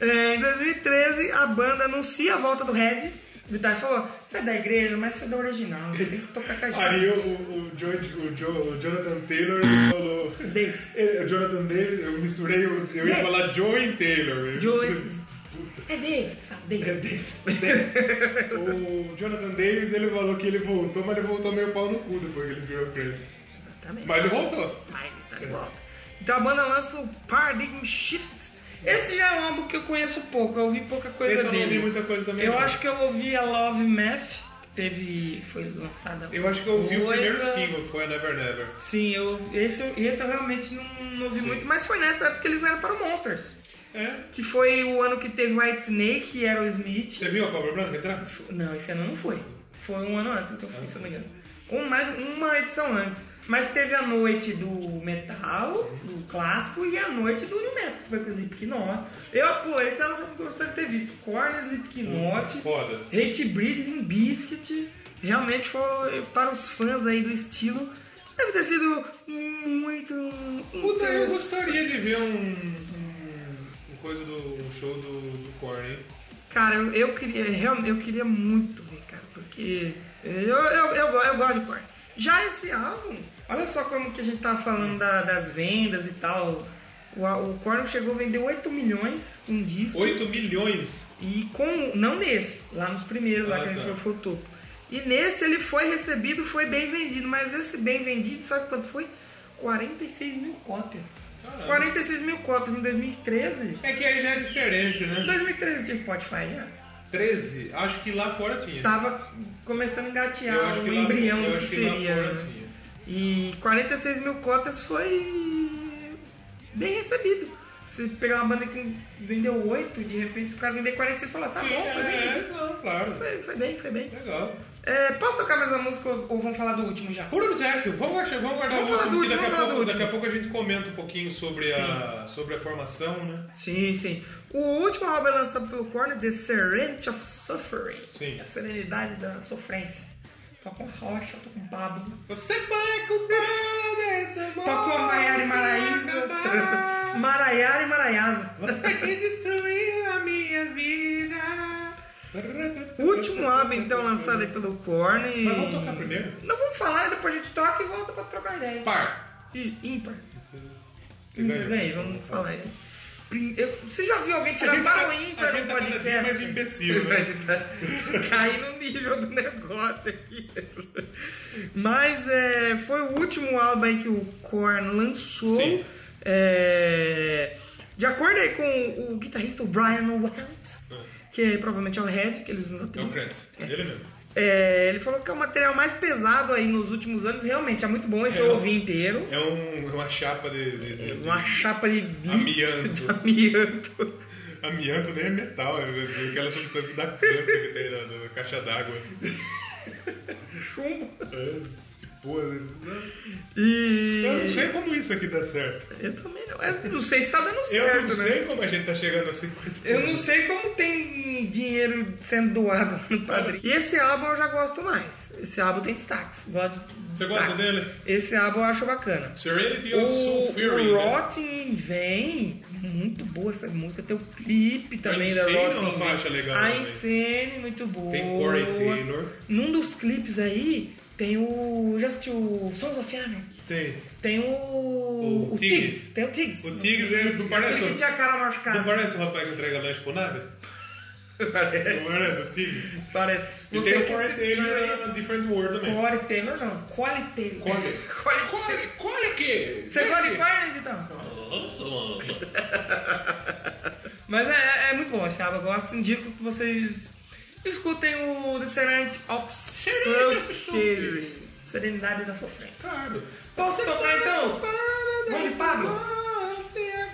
É, em 2013, a banda anuncia a volta do Red. O Vitar falou: você é da igreja, mas você é da original, você tem que tocar com a gente.
Aí o, o, o, Joe- o, Joe- o Jonathan Taylor ele falou...
Davis.
É, o Jonathan Taylor, eu misturei, eu, eu ia
É.
falar Joey Taylor.
Joey.
É David, fala David.
É, Davis. o Jonathan Davis, ele falou que ele voltou, mas ele voltou meio pau no cu depois que ele virou crente.
Exatamente.
Mas ele voltou.
Vai, tá de volta. Então a banda lança o Paradigm Shift. Esse já é um álbum que eu conheço pouco, eu ouvi pouca coisa
Esse eu não
dele.
ouvi muita coisa também.
eu
não.
acho que eu ouvi a Love Math, que teve. foi lançada.
Eu acho que eu ouvi o
coisa.
primeiro single, que foi a Never Never.
Sim, eu, esse, eu- esse eu realmente não, não ouvi muito, mas foi nessa época que eles vieram para o Monsters.
É.
Que foi o ano que teve White Snake e Aerosmith.
Você viu a Cobra Branca entrar?
Não, esse ano não foi. Foi um ano antes que eu fui, se eu não me engano. Ou mais, uma edição antes. Mas teve a noite do metal, do clássico, e a noite do new metal, que foi com o Slipknot. Eu, pô, esse era um jogo que eu gostaria de ter visto. Korn, Slipknot,
Foda.
Hate Breed, Limp Bizkit. Realmente foi, para os fãs aí do estilo, deve ter sido muito...
Puta, eu
interessante.
gostaria de ver um... um- um coisa do... um show do, do Korn, hein?
Cara, eu, eu queria, realmente, eu queria muito ver, cara, porque eu, eu, eu, go- eu gosto de Korn. Já esse álbum, olha só como que a gente tava falando da- das vendas e tal. O, a- o Korn chegou a vender 8 milhões um disco.
8 milhões.
E com. Não nesse, lá nos primeiros, lá
Ah,
que a gente
tá.
falou foi o topo. E nesse ele foi recebido, foi bem vendido, mas esse bem vendido, sabe quanto foi? 46 mil cópias.
Caralho.
46 mil cópias em 2013.
É que aí já é diferente, né?
2013 tinha Spotify, né?
13, acho que lá fora tinha.
tava começando a
Eu
engatear
acho
o
que lá-
Tá, é um embrião
eu
do que
acho que lá
seria.
fora
né?
tinha.
E 46 mil cotas foi bem recebido. Você pegar uma banda que vendeu 8, de repente o cara vender 46 e falar, tá bom, foi
é,
bem.
não, claro.
Foi, foi bem, foi bem.
Legal.
É, posso tocar mais uma música ou ou vamos falar do último já?
Por é obséquio, vamos guardar, vamos guardar
Vamos
o
falar
último, que
do último,
daqui a,
vamos falar
pouco,
do
daqui a pouco a gente comenta um pouquinho sobre, a, sobre a formação, né?
Sim, sim. O último álbum é lançado pelo Korn, The Serenity of Suffering.
Sim.
A serenidade da sofrência. Tô com rocha, um tô com Pablo.
Você vai comprar essa
Tocou a Maiara
*laughs*
e Maraísa. Maraiara e Maraiasa.
Você que destruiu a minha vida.
O último álbum, então, lançado aí pelo Korn. e-
Mas vamos tocar primeiro?
Não, vamos falar, depois a gente toca e volta pra trocar ideia.
Par.
E ímpar.
Você
Ímpar,
ganhou.
vem, vamos falar aí. Prim- eu- Você já viu alguém
A
tirar
gente
para o
tá- a
ímpar
gente
no
tá cada dia
podcast?
mais imbecil, né?
*laughs* A gente tá caindo no nível do negócio aqui. Mas é, foi o último álbum aí que o Korn lançou.
Sim.
É, de acordo aí com o guitarrista o Brian White, que provavelmente é o Red, que eles nos
É o
apelidam.
Crente. Ele mesmo.
É, ele falou que é o material mais pesado aí nos últimos anos. Realmente, é muito bom. Esse eu
É.
ouvi inteiro.
É um, uma chapa de... de, de-
Uma chapa de lit-
Amianto.
de amianto.
Amianto nem é metal, é aquela substância que dá câncer que tem na, na caixa d'água.
Chumbo.
É, Pô, eu não
E.
sei como isso aqui dá certo.
Eu também não. Eu não sei se tá dando
Eu
certo,
não
né?
sei como a gente tá chegando a 50.
Eu não sei como tem dinheiro sendo doado no padrinho. E esse álbum eu já gosto mais. Esse álbum tem destaques. Gosto de
Você gosta
destaques.
dele?
Esse álbum eu acho bacana.
Serenity of
O,
Soul Fury.
o
né?
Rotten vem muito boa essa música. Tem o clipe também da
Insane é uma
Rotten. Ah, Vem.
faixa legal
a
também.
Insane, muito boa.
Tem Corey Taylor.
Num dos clipes aí tem o. Já assistiu o Sons of Anarchy?
Tem.
Tem o.
O
O
Tiggs.
Tiggs. Tem o Tiggs.
O Tiggs é do parece.
Ele que tinha a cara machucada.
Não parece o rapaz que entrega lanche com nada?
*laughs* Parece.
Não parece o Tiggs?
Parece.
E
Você
tem o
que
Corey
assistiu
Taylor né?
aí-
na Different World também.
Corey Taylor não. Corey Taylor.
Corey.
Corey Taylor.
Corey- Corey que?
Você gosta de então? Corey, Vitão?
Nossa, mano.
*laughs* Mas é, é muito bom esse álbum. Eu gosto. Indico que vocês escutem o The Serenity of Suffering. Serenidade da Sofrência.
Claro.
Posso tocar então? Vamos de Pablo?
é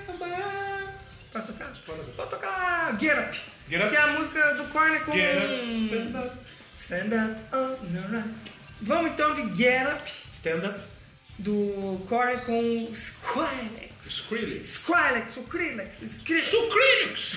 Pode tocar? Pode tocar Get Up.
Get Up.
Que é a música do Corny com...
Get up, stand up,
Stand up on your rights. Vamos então de Get Up
stand up,
do Corny com Skrillex.
Skrillex.
Skrillex, Skrillex, Skrillex.
Skrillex!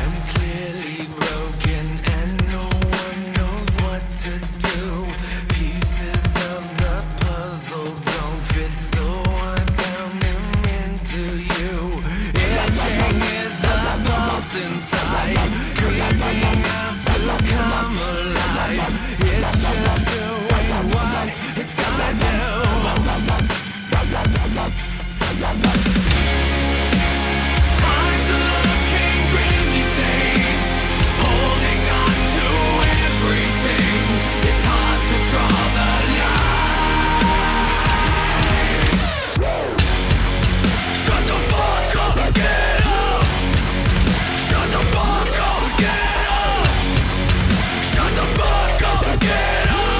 am clearly broken and no one knows what to do. Pieces of the puzzle don't fit, so I pound them into you. Itching is the pulse inside, creeping out to come alive. It's just doing what it's gotta do. Times are looking grim these days, holding on to everything. It's hard to draw the line. Shut the fuck up, get up. Shut the fuck up, get up. Shut the fuck up, get up.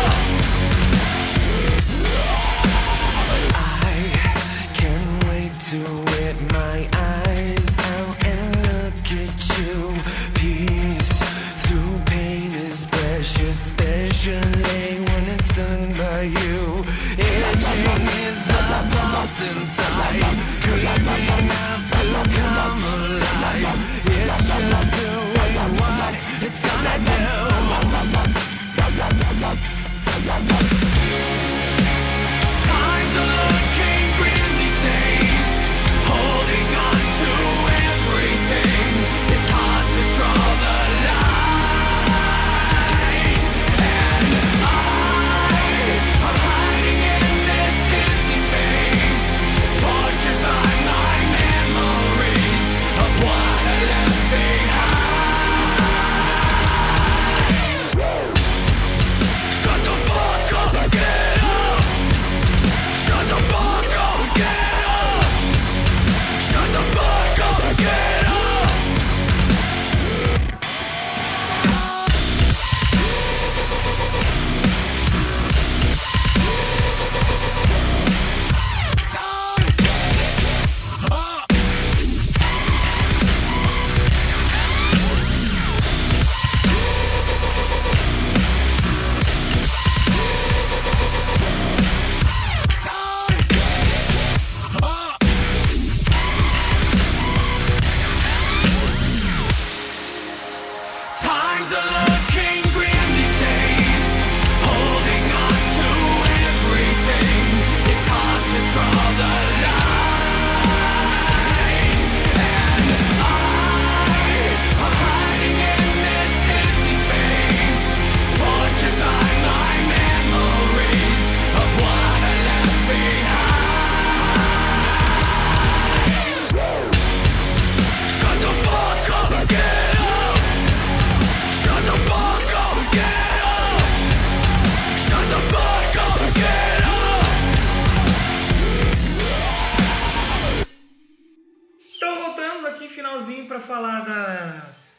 I can't wait to whip my eyes out and look at you. Peace through pain is precious, especially when it's done by you. Itching is the pulse inside, creeping out to come alive. It's just doing what it's gonna do. Times are looking grim these days, holding on to everything. It's hard to draw the line, and I am hiding in this empty space, tortured by my memories of what I left behind. Shut the fuck up, get up. Shut the fuck up, get up! Shut the fuck up, get up! Times are looking grim these days. Holding on to everything. It's hard to draw the line. And I am hiding in this empty space. Tortured by my memories of what I left behind. Shut the fuck up, get up! Shut the fuck up, get up! Shut the fuck up, get up!
Então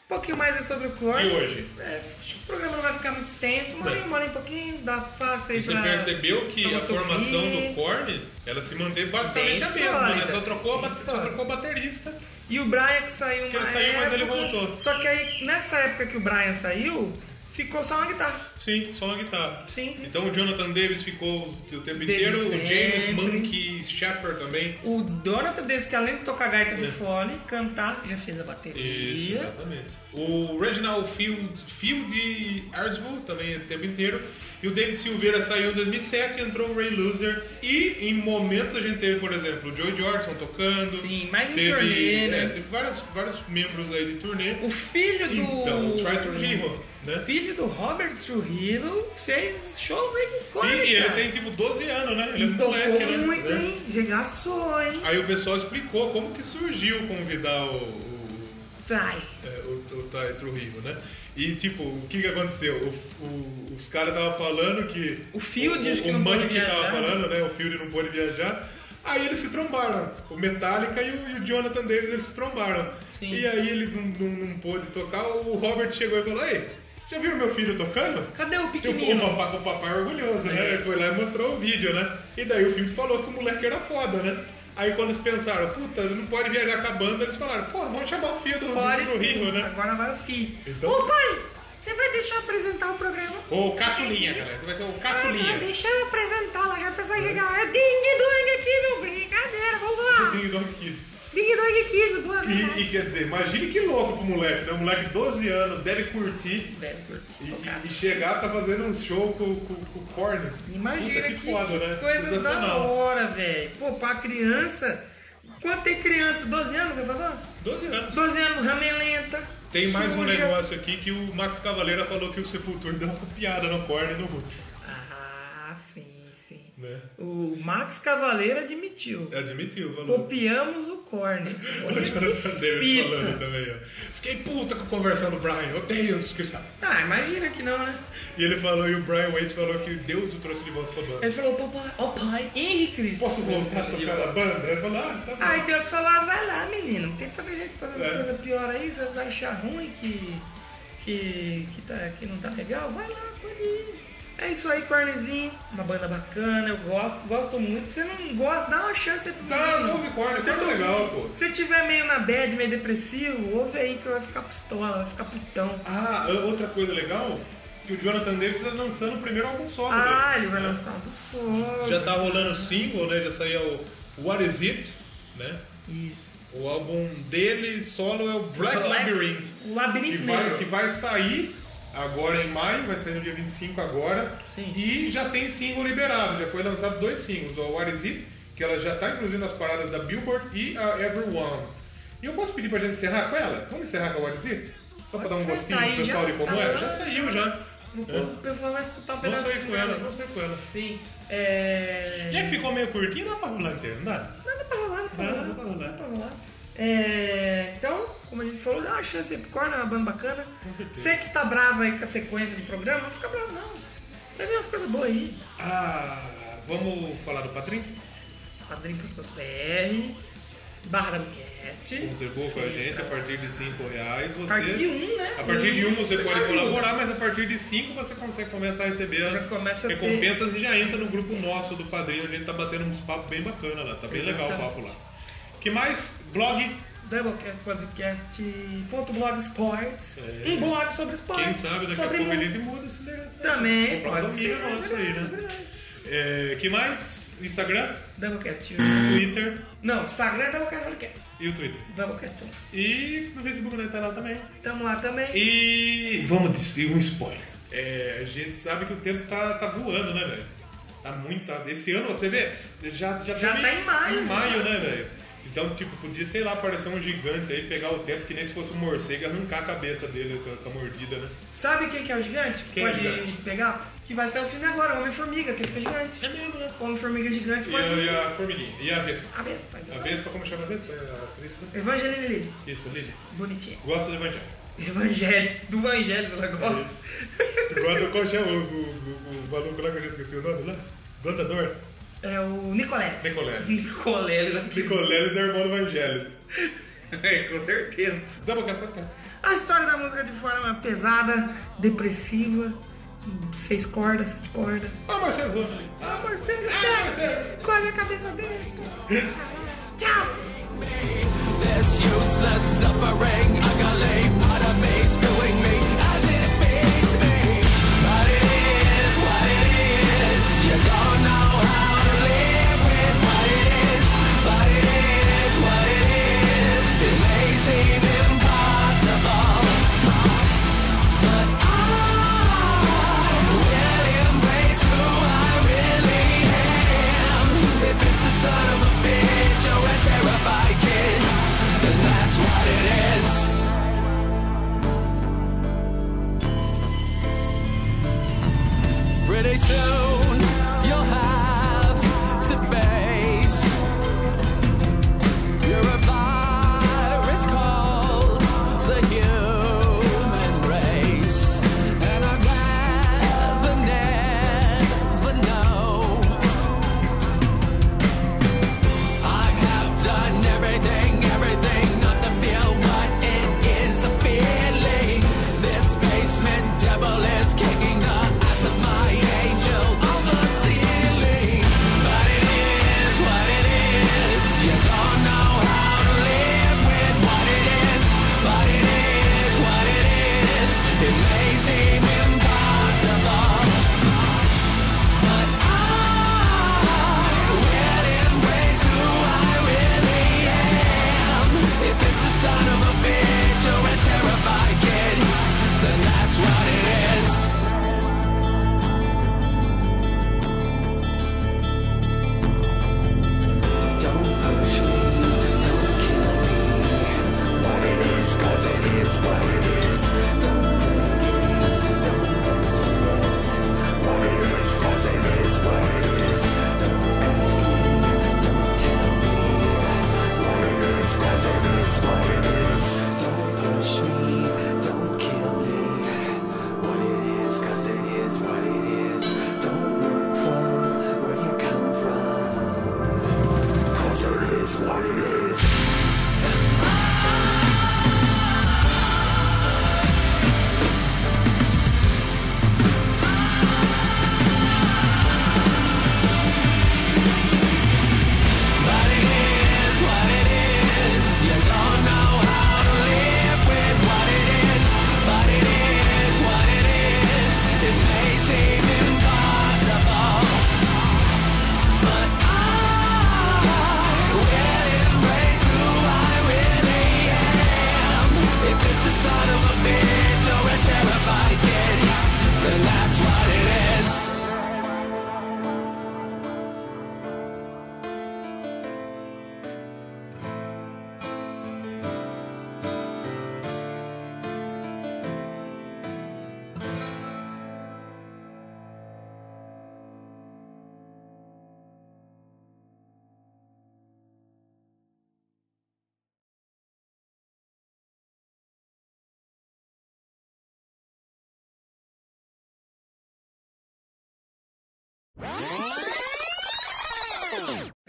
um pouquinho mais aí sobre o Korn.
E hoje?
É, acho que o programa não vai ficar muito extenso, uma
É.
hora, uma hora e pouquinho, dá fácil aí
Você
pra...
percebeu que
pra
a
você ouvir.
formação do Korn, ela se manteve basicamente
Bem
a mesma, né?
sólida.
Só trocou, a ba-
Bem
só
sólida.
trocou o baterista.
E o Brian que saiu
Que
uma
ele saiu, mas ele
época,
voltou.
Só que aí, nessa época que o Brian saiu, ficou só uma guitarra.
Sim, só uma guitarra.
Sim.
Então o Jonathan Davis ficou o tempo inteiro, o
sempre.
James Monkey Shepard também.
O Jonathan desse que além de tocar gaita do fole, cantar, já fez a
É. Isso,
bateria.
exatamente. O Reginald Field, Field Arsville também o tempo inteiro. E o David Silveira saiu em 2007, entrou o Ray Loser. E em momentos a gente teve, por exemplo, o Joey Jordan tocando.
Sim, mais em
teve,
turnê, né?
é, teve vários, vários membros aí de turnê.
O filho do...
Então, o Try to Hero, né?
filho do Robert Trujillo fez show aí com
E,
Korn,
e ele
cara.
tem tipo 12 anos, né? Ele é
E
moleque,
tocou
né?
Então, muito,
É.
hein? Regaçou, hein?
Aí o pessoal explicou como que surgiu convidar o, o,
Trai.
é, o, o Ty Trujillo, né? E tipo, o que que aconteceu? O- o- os caras estavam falando que.
O Field,
o,
acho que
o
não
Mank
pôde
que tava
viajar.
falando, né? O Field não pôde viajar. Aí eles se trombaram. O Metallica e o, e o Jonathan Davis eles se trombaram.
Sim.
E aí ele não, não, não pôde tocar. O Robert chegou e falou: Ei, já viram meu filho tocando?
Cadê o
E o,
pequenino?
o, papai, o papai é orgulhoso, né? Foi lá e mostrou o vídeo, né? E daí o filho falou que o moleque era foda, né? Aí quando eles pensaram, puta, não pode viajar com a banda, eles falaram, pô, vamos chamar o filho do,
Fora
do Rio,
esse-
né?
Agora vai o filho.
Então-
Ô pai, você vai deixar eu apresentar o programa?
Ô, caçulinha, galera, vai ser o
Ah,
caçulinha.
tá, deixa eu apresentar lá, que a pessoa chega lá. É Ding Dong aqui, meu brincadeira, vamos lá.
Ding Dong Kids.
Ding Dong Kids, boa
E,
noite.
e quer dizer, imagine que louco pro moleque, né? O moleque 12 anos, deve curtir
Velho,
e, e- e chegar tá fazendo um show com, com, com o Korn.
Imagina
Puta,
que,
que, foda,
que
né?
coisa da
Sensacional.
hora, velho. Pô, pra criança. Quanto tem criança? 12 anos, você falou?
12 anos.
12 anos, é ramelenta.
Tem mais um
suja.
negócio aqui que o Max Cavaleira falou que o Sepultura deu uma copiada no Korn e no Roots,
Ah, sim, sim.
né?
O Max Cavaleiro admitiu.
Admitiu, falou.
Copiamos o corne.
*laughs* O Jonathan Davis
fita.
falando também, ó. Fiquei puta com a conversa do Brian, odeio os que sabe.
Ah, imagina que não, né?
E ele falou, e o Brian Waite falou que Deus o trouxe de volta pra banda.
Ele falou, papai, ó pai, Henrique Cristo.
Posso voltar a tocar na banda? Ele falou, ah, tá bom.
Aí Deus falou, ah, vai lá, menino, não tem tanta gente fazendo
É.
coisa pior aí, você vai achar ruim que, que, que, tá, que não tá legal, vai lá, pode ir. É isso aí, Cornezinho, uma banda bacana, eu gosto, gosto muito. Se você não gosta, dá uma chance aí pro
Dá, não ouve Korn, Korn é legal, pô.
Se você tiver meio na bad, meio depressivo, ouve aí que você vai ficar pistola, vai ficar putão.
Ah, outra coisa legal, que o Jonathan Davis tá lançando o primeiro álbum solo
Ah,
dele.
ele vai lançar um do fogo.
Já tá rolando o single, né? Já saiu o What Is It, né?
Isso.
O álbum dele solo é o Black, Labyrinth.
O
Que
labirinto
vai,
negro.
que vai sair agora em maio, vai sair no dia 25 agora.
Sim.
E já tem single liberado, já foi lançado dois singles, o What Is It, que ela já tá inclusive nas paradas da Billboard e a Everyone. E eu posso pedir pra gente encerrar com ela? Vamos encerrar com a What Is It? Só pra
Pode
dar um
ser,
gostinho
tá
pro
aí,
pessoal
já
de como
tá
é?
lá.
Já saiu já.
O povo- o pessoal vai escutar um
Vamos
pedacinho
sair com ela, vamos sair com ela.
Sim. É...
Já que ficou meio curtinho, dá pra rolar inteiro, não dá?
Não, dá pra rolar, dá pra
Dá,
rolar.
dá pra rolar.
Dá pra rolar. É, então, como a gente falou, dá uma chance aí pro Corner, é uma banda bacana. Você que tá bravo aí com a sequência do programa, não fica bravo não. Vai ver umas coisas boas aí.
Ah, vamos falar do Patrim?
Padrim.br barra cast.
Contribua com a gente a partir de 5 reais. Você...
A partir de um, né?
A partir de um você
Você
pode
ajuda.
colaborar, mas a partir de cinco você consegue começar a receber as
Já começa a ter-
recompensas e já entra no grupo nosso do padrinho. A gente tá batendo uns papos bem bacana lá, tá bem legal o papo lá. que mais? Blog,
Doublecast Podcast ponto blog esportes.
É.
Um blog sobre esportes.
quem sabe daqui a
sobre
pouco a
música.
gente muda esse negócio. aí.
Também,
Comprar um
pode
domínio
ser,
nosso
é
aí,
verdade,
né?
verdade.
É, que mais? Instagram,
Doublecast. um.
Twitter
Não, Instagram é Doublecast Podcast.
e o Twitter.
Doublecast. um.
E no Facebook né, tá lá também.
Tamo lá também.
E vamos dizer um spoiler. É, a gente sabe que o tempo tá, tá voando, né, velho? Tá muito. tá- Esse ano, você vê, já, já,
Já tá em maio,
Em maio, né, velho? Então, tipo, podia, sei lá, aparecer um gigante aí, pegar o tempo, que nem se fosse um morcego, e arrancar a cabeça dele com a- com a mordida, né?
Sabe quem que é o gigante? Que
Quem é o
pode
gigante?
pegar? Que vai ser o filme agora, Homem-Formiga, que fica gigante. É mesmo, né? Homem-Formiga gigante
E a,
pode.
e a formiguinha. E a Vespa.
A Vespa.
A Vespa, como chama a Vespa? É a Crispa?
Evangelho Lili.
Isso, Lili.
Bonitinha.
Gosta do Evangelho.
Evangelhos. Do Evangelho, ela gosta.
Gosta do Colchão, o, o, o, o maluco lá que eu já esqueci o nome lá. Dontador.
É o Nicolés. *laughs*
Nicolés.
Nicolés.
Nicoleles *laughs* é irmão do Evangelhos.
É, com certeza.
Doublecast Podcast.
A história da música de forma pesada, depressiva, seis cordas, sete cordas.
Ah, Marcelo Rua. Ah, Marcelo. Ah, Marcelo.
Come a cabeça dele. Tchau.
This useless suffering, ugly part of me spewing me as it feeds me. But it is what it is. You don't know how to live with what it is. But it is what it is. It may seem impossible. But I will embrace who I really am. If it's a son of a bitch or a terrified kid, then that's what it is. Pretty soon you'll have to face You're a virus called the human race And I'd rather never know I have done everything, everything not to feel what it is I'm feeling. This basement devil is kicking the ass of my angel on the ceiling. But it is what it is. You don't know how to live with what it is. But it is what it is. It may seem impossible. But I will embrace who I really am. If it's a son of a bitch or a terrified kid, then that's what it is. Don't push me, don't kill me. What it is, cause it is what it is. Don't play games, don't mess around. What it is, cause it is what it is. Don't ask me, don't tell me. What it is, cause it is what it is. Don't push me, don't kill me. What it is, cause it is what it is. Don't look for where you come from. Cause it is what it is. But it is what it is. You don't know how to live with what it is. But it is what it is. It may seem impossible. But I will embrace who I really am. If it's a son of a bitch or a terrified kid, then that's what it is.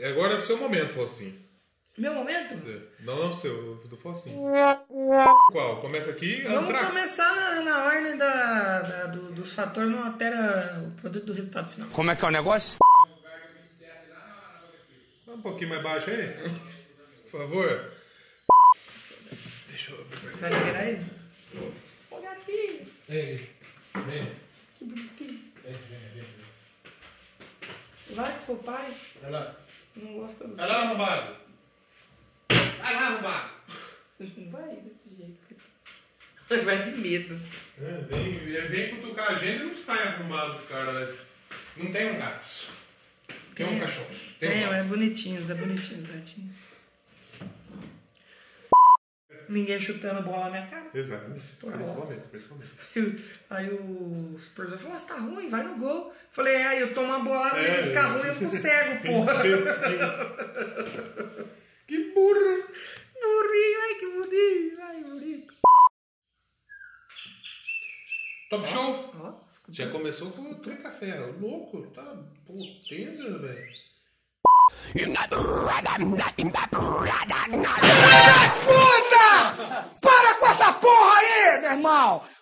Agora é seu momento, Faustinho.
Meu momento?
Não, não seu, do Faustinho. Qual? Começa aqui,
Vamos
Antrax.
começar na, na ordem da, da- do- dos fatores, não altera o produto do resultado final.
Como é que é o negócio?
Dá Um pouquinho mais baixo aí. Por favor. Deixa eu
Você vai liberar ele?
Ô, gatinho.
Vai que seu pai não gosta do
Vai lá, arrombado.
Vai lá, arrombado.
Não vai desse jeito. Vai de medo.
É, vem, ele vem cutucar a gente e não sai arrumado do cara, né? Não tem um gato. Tem um cachorro. Tem,
É,
um
é
gato.
bonitinhos, é bonitinhos, gatinhos. Ninguém chutando bola na minha cara.
Exato. Principalmente, principalmente.
Aí o supervisor falou, nossa, tá ruim, vai no gol. Falei, é, eu tomo uma bolada,
É.
ele fica ruim, eu fico cego, porra.
Imbecil. que burro.
*laughs* Burrinho, ai que bonito, ai que bonito.
Top show.
Ó, escuta.
Tá Já começou com o trem café. Louco, tá potência, velho.
You're not. I'm not. I'm not.
Puta!
Para com essa porra aí, meu irmão!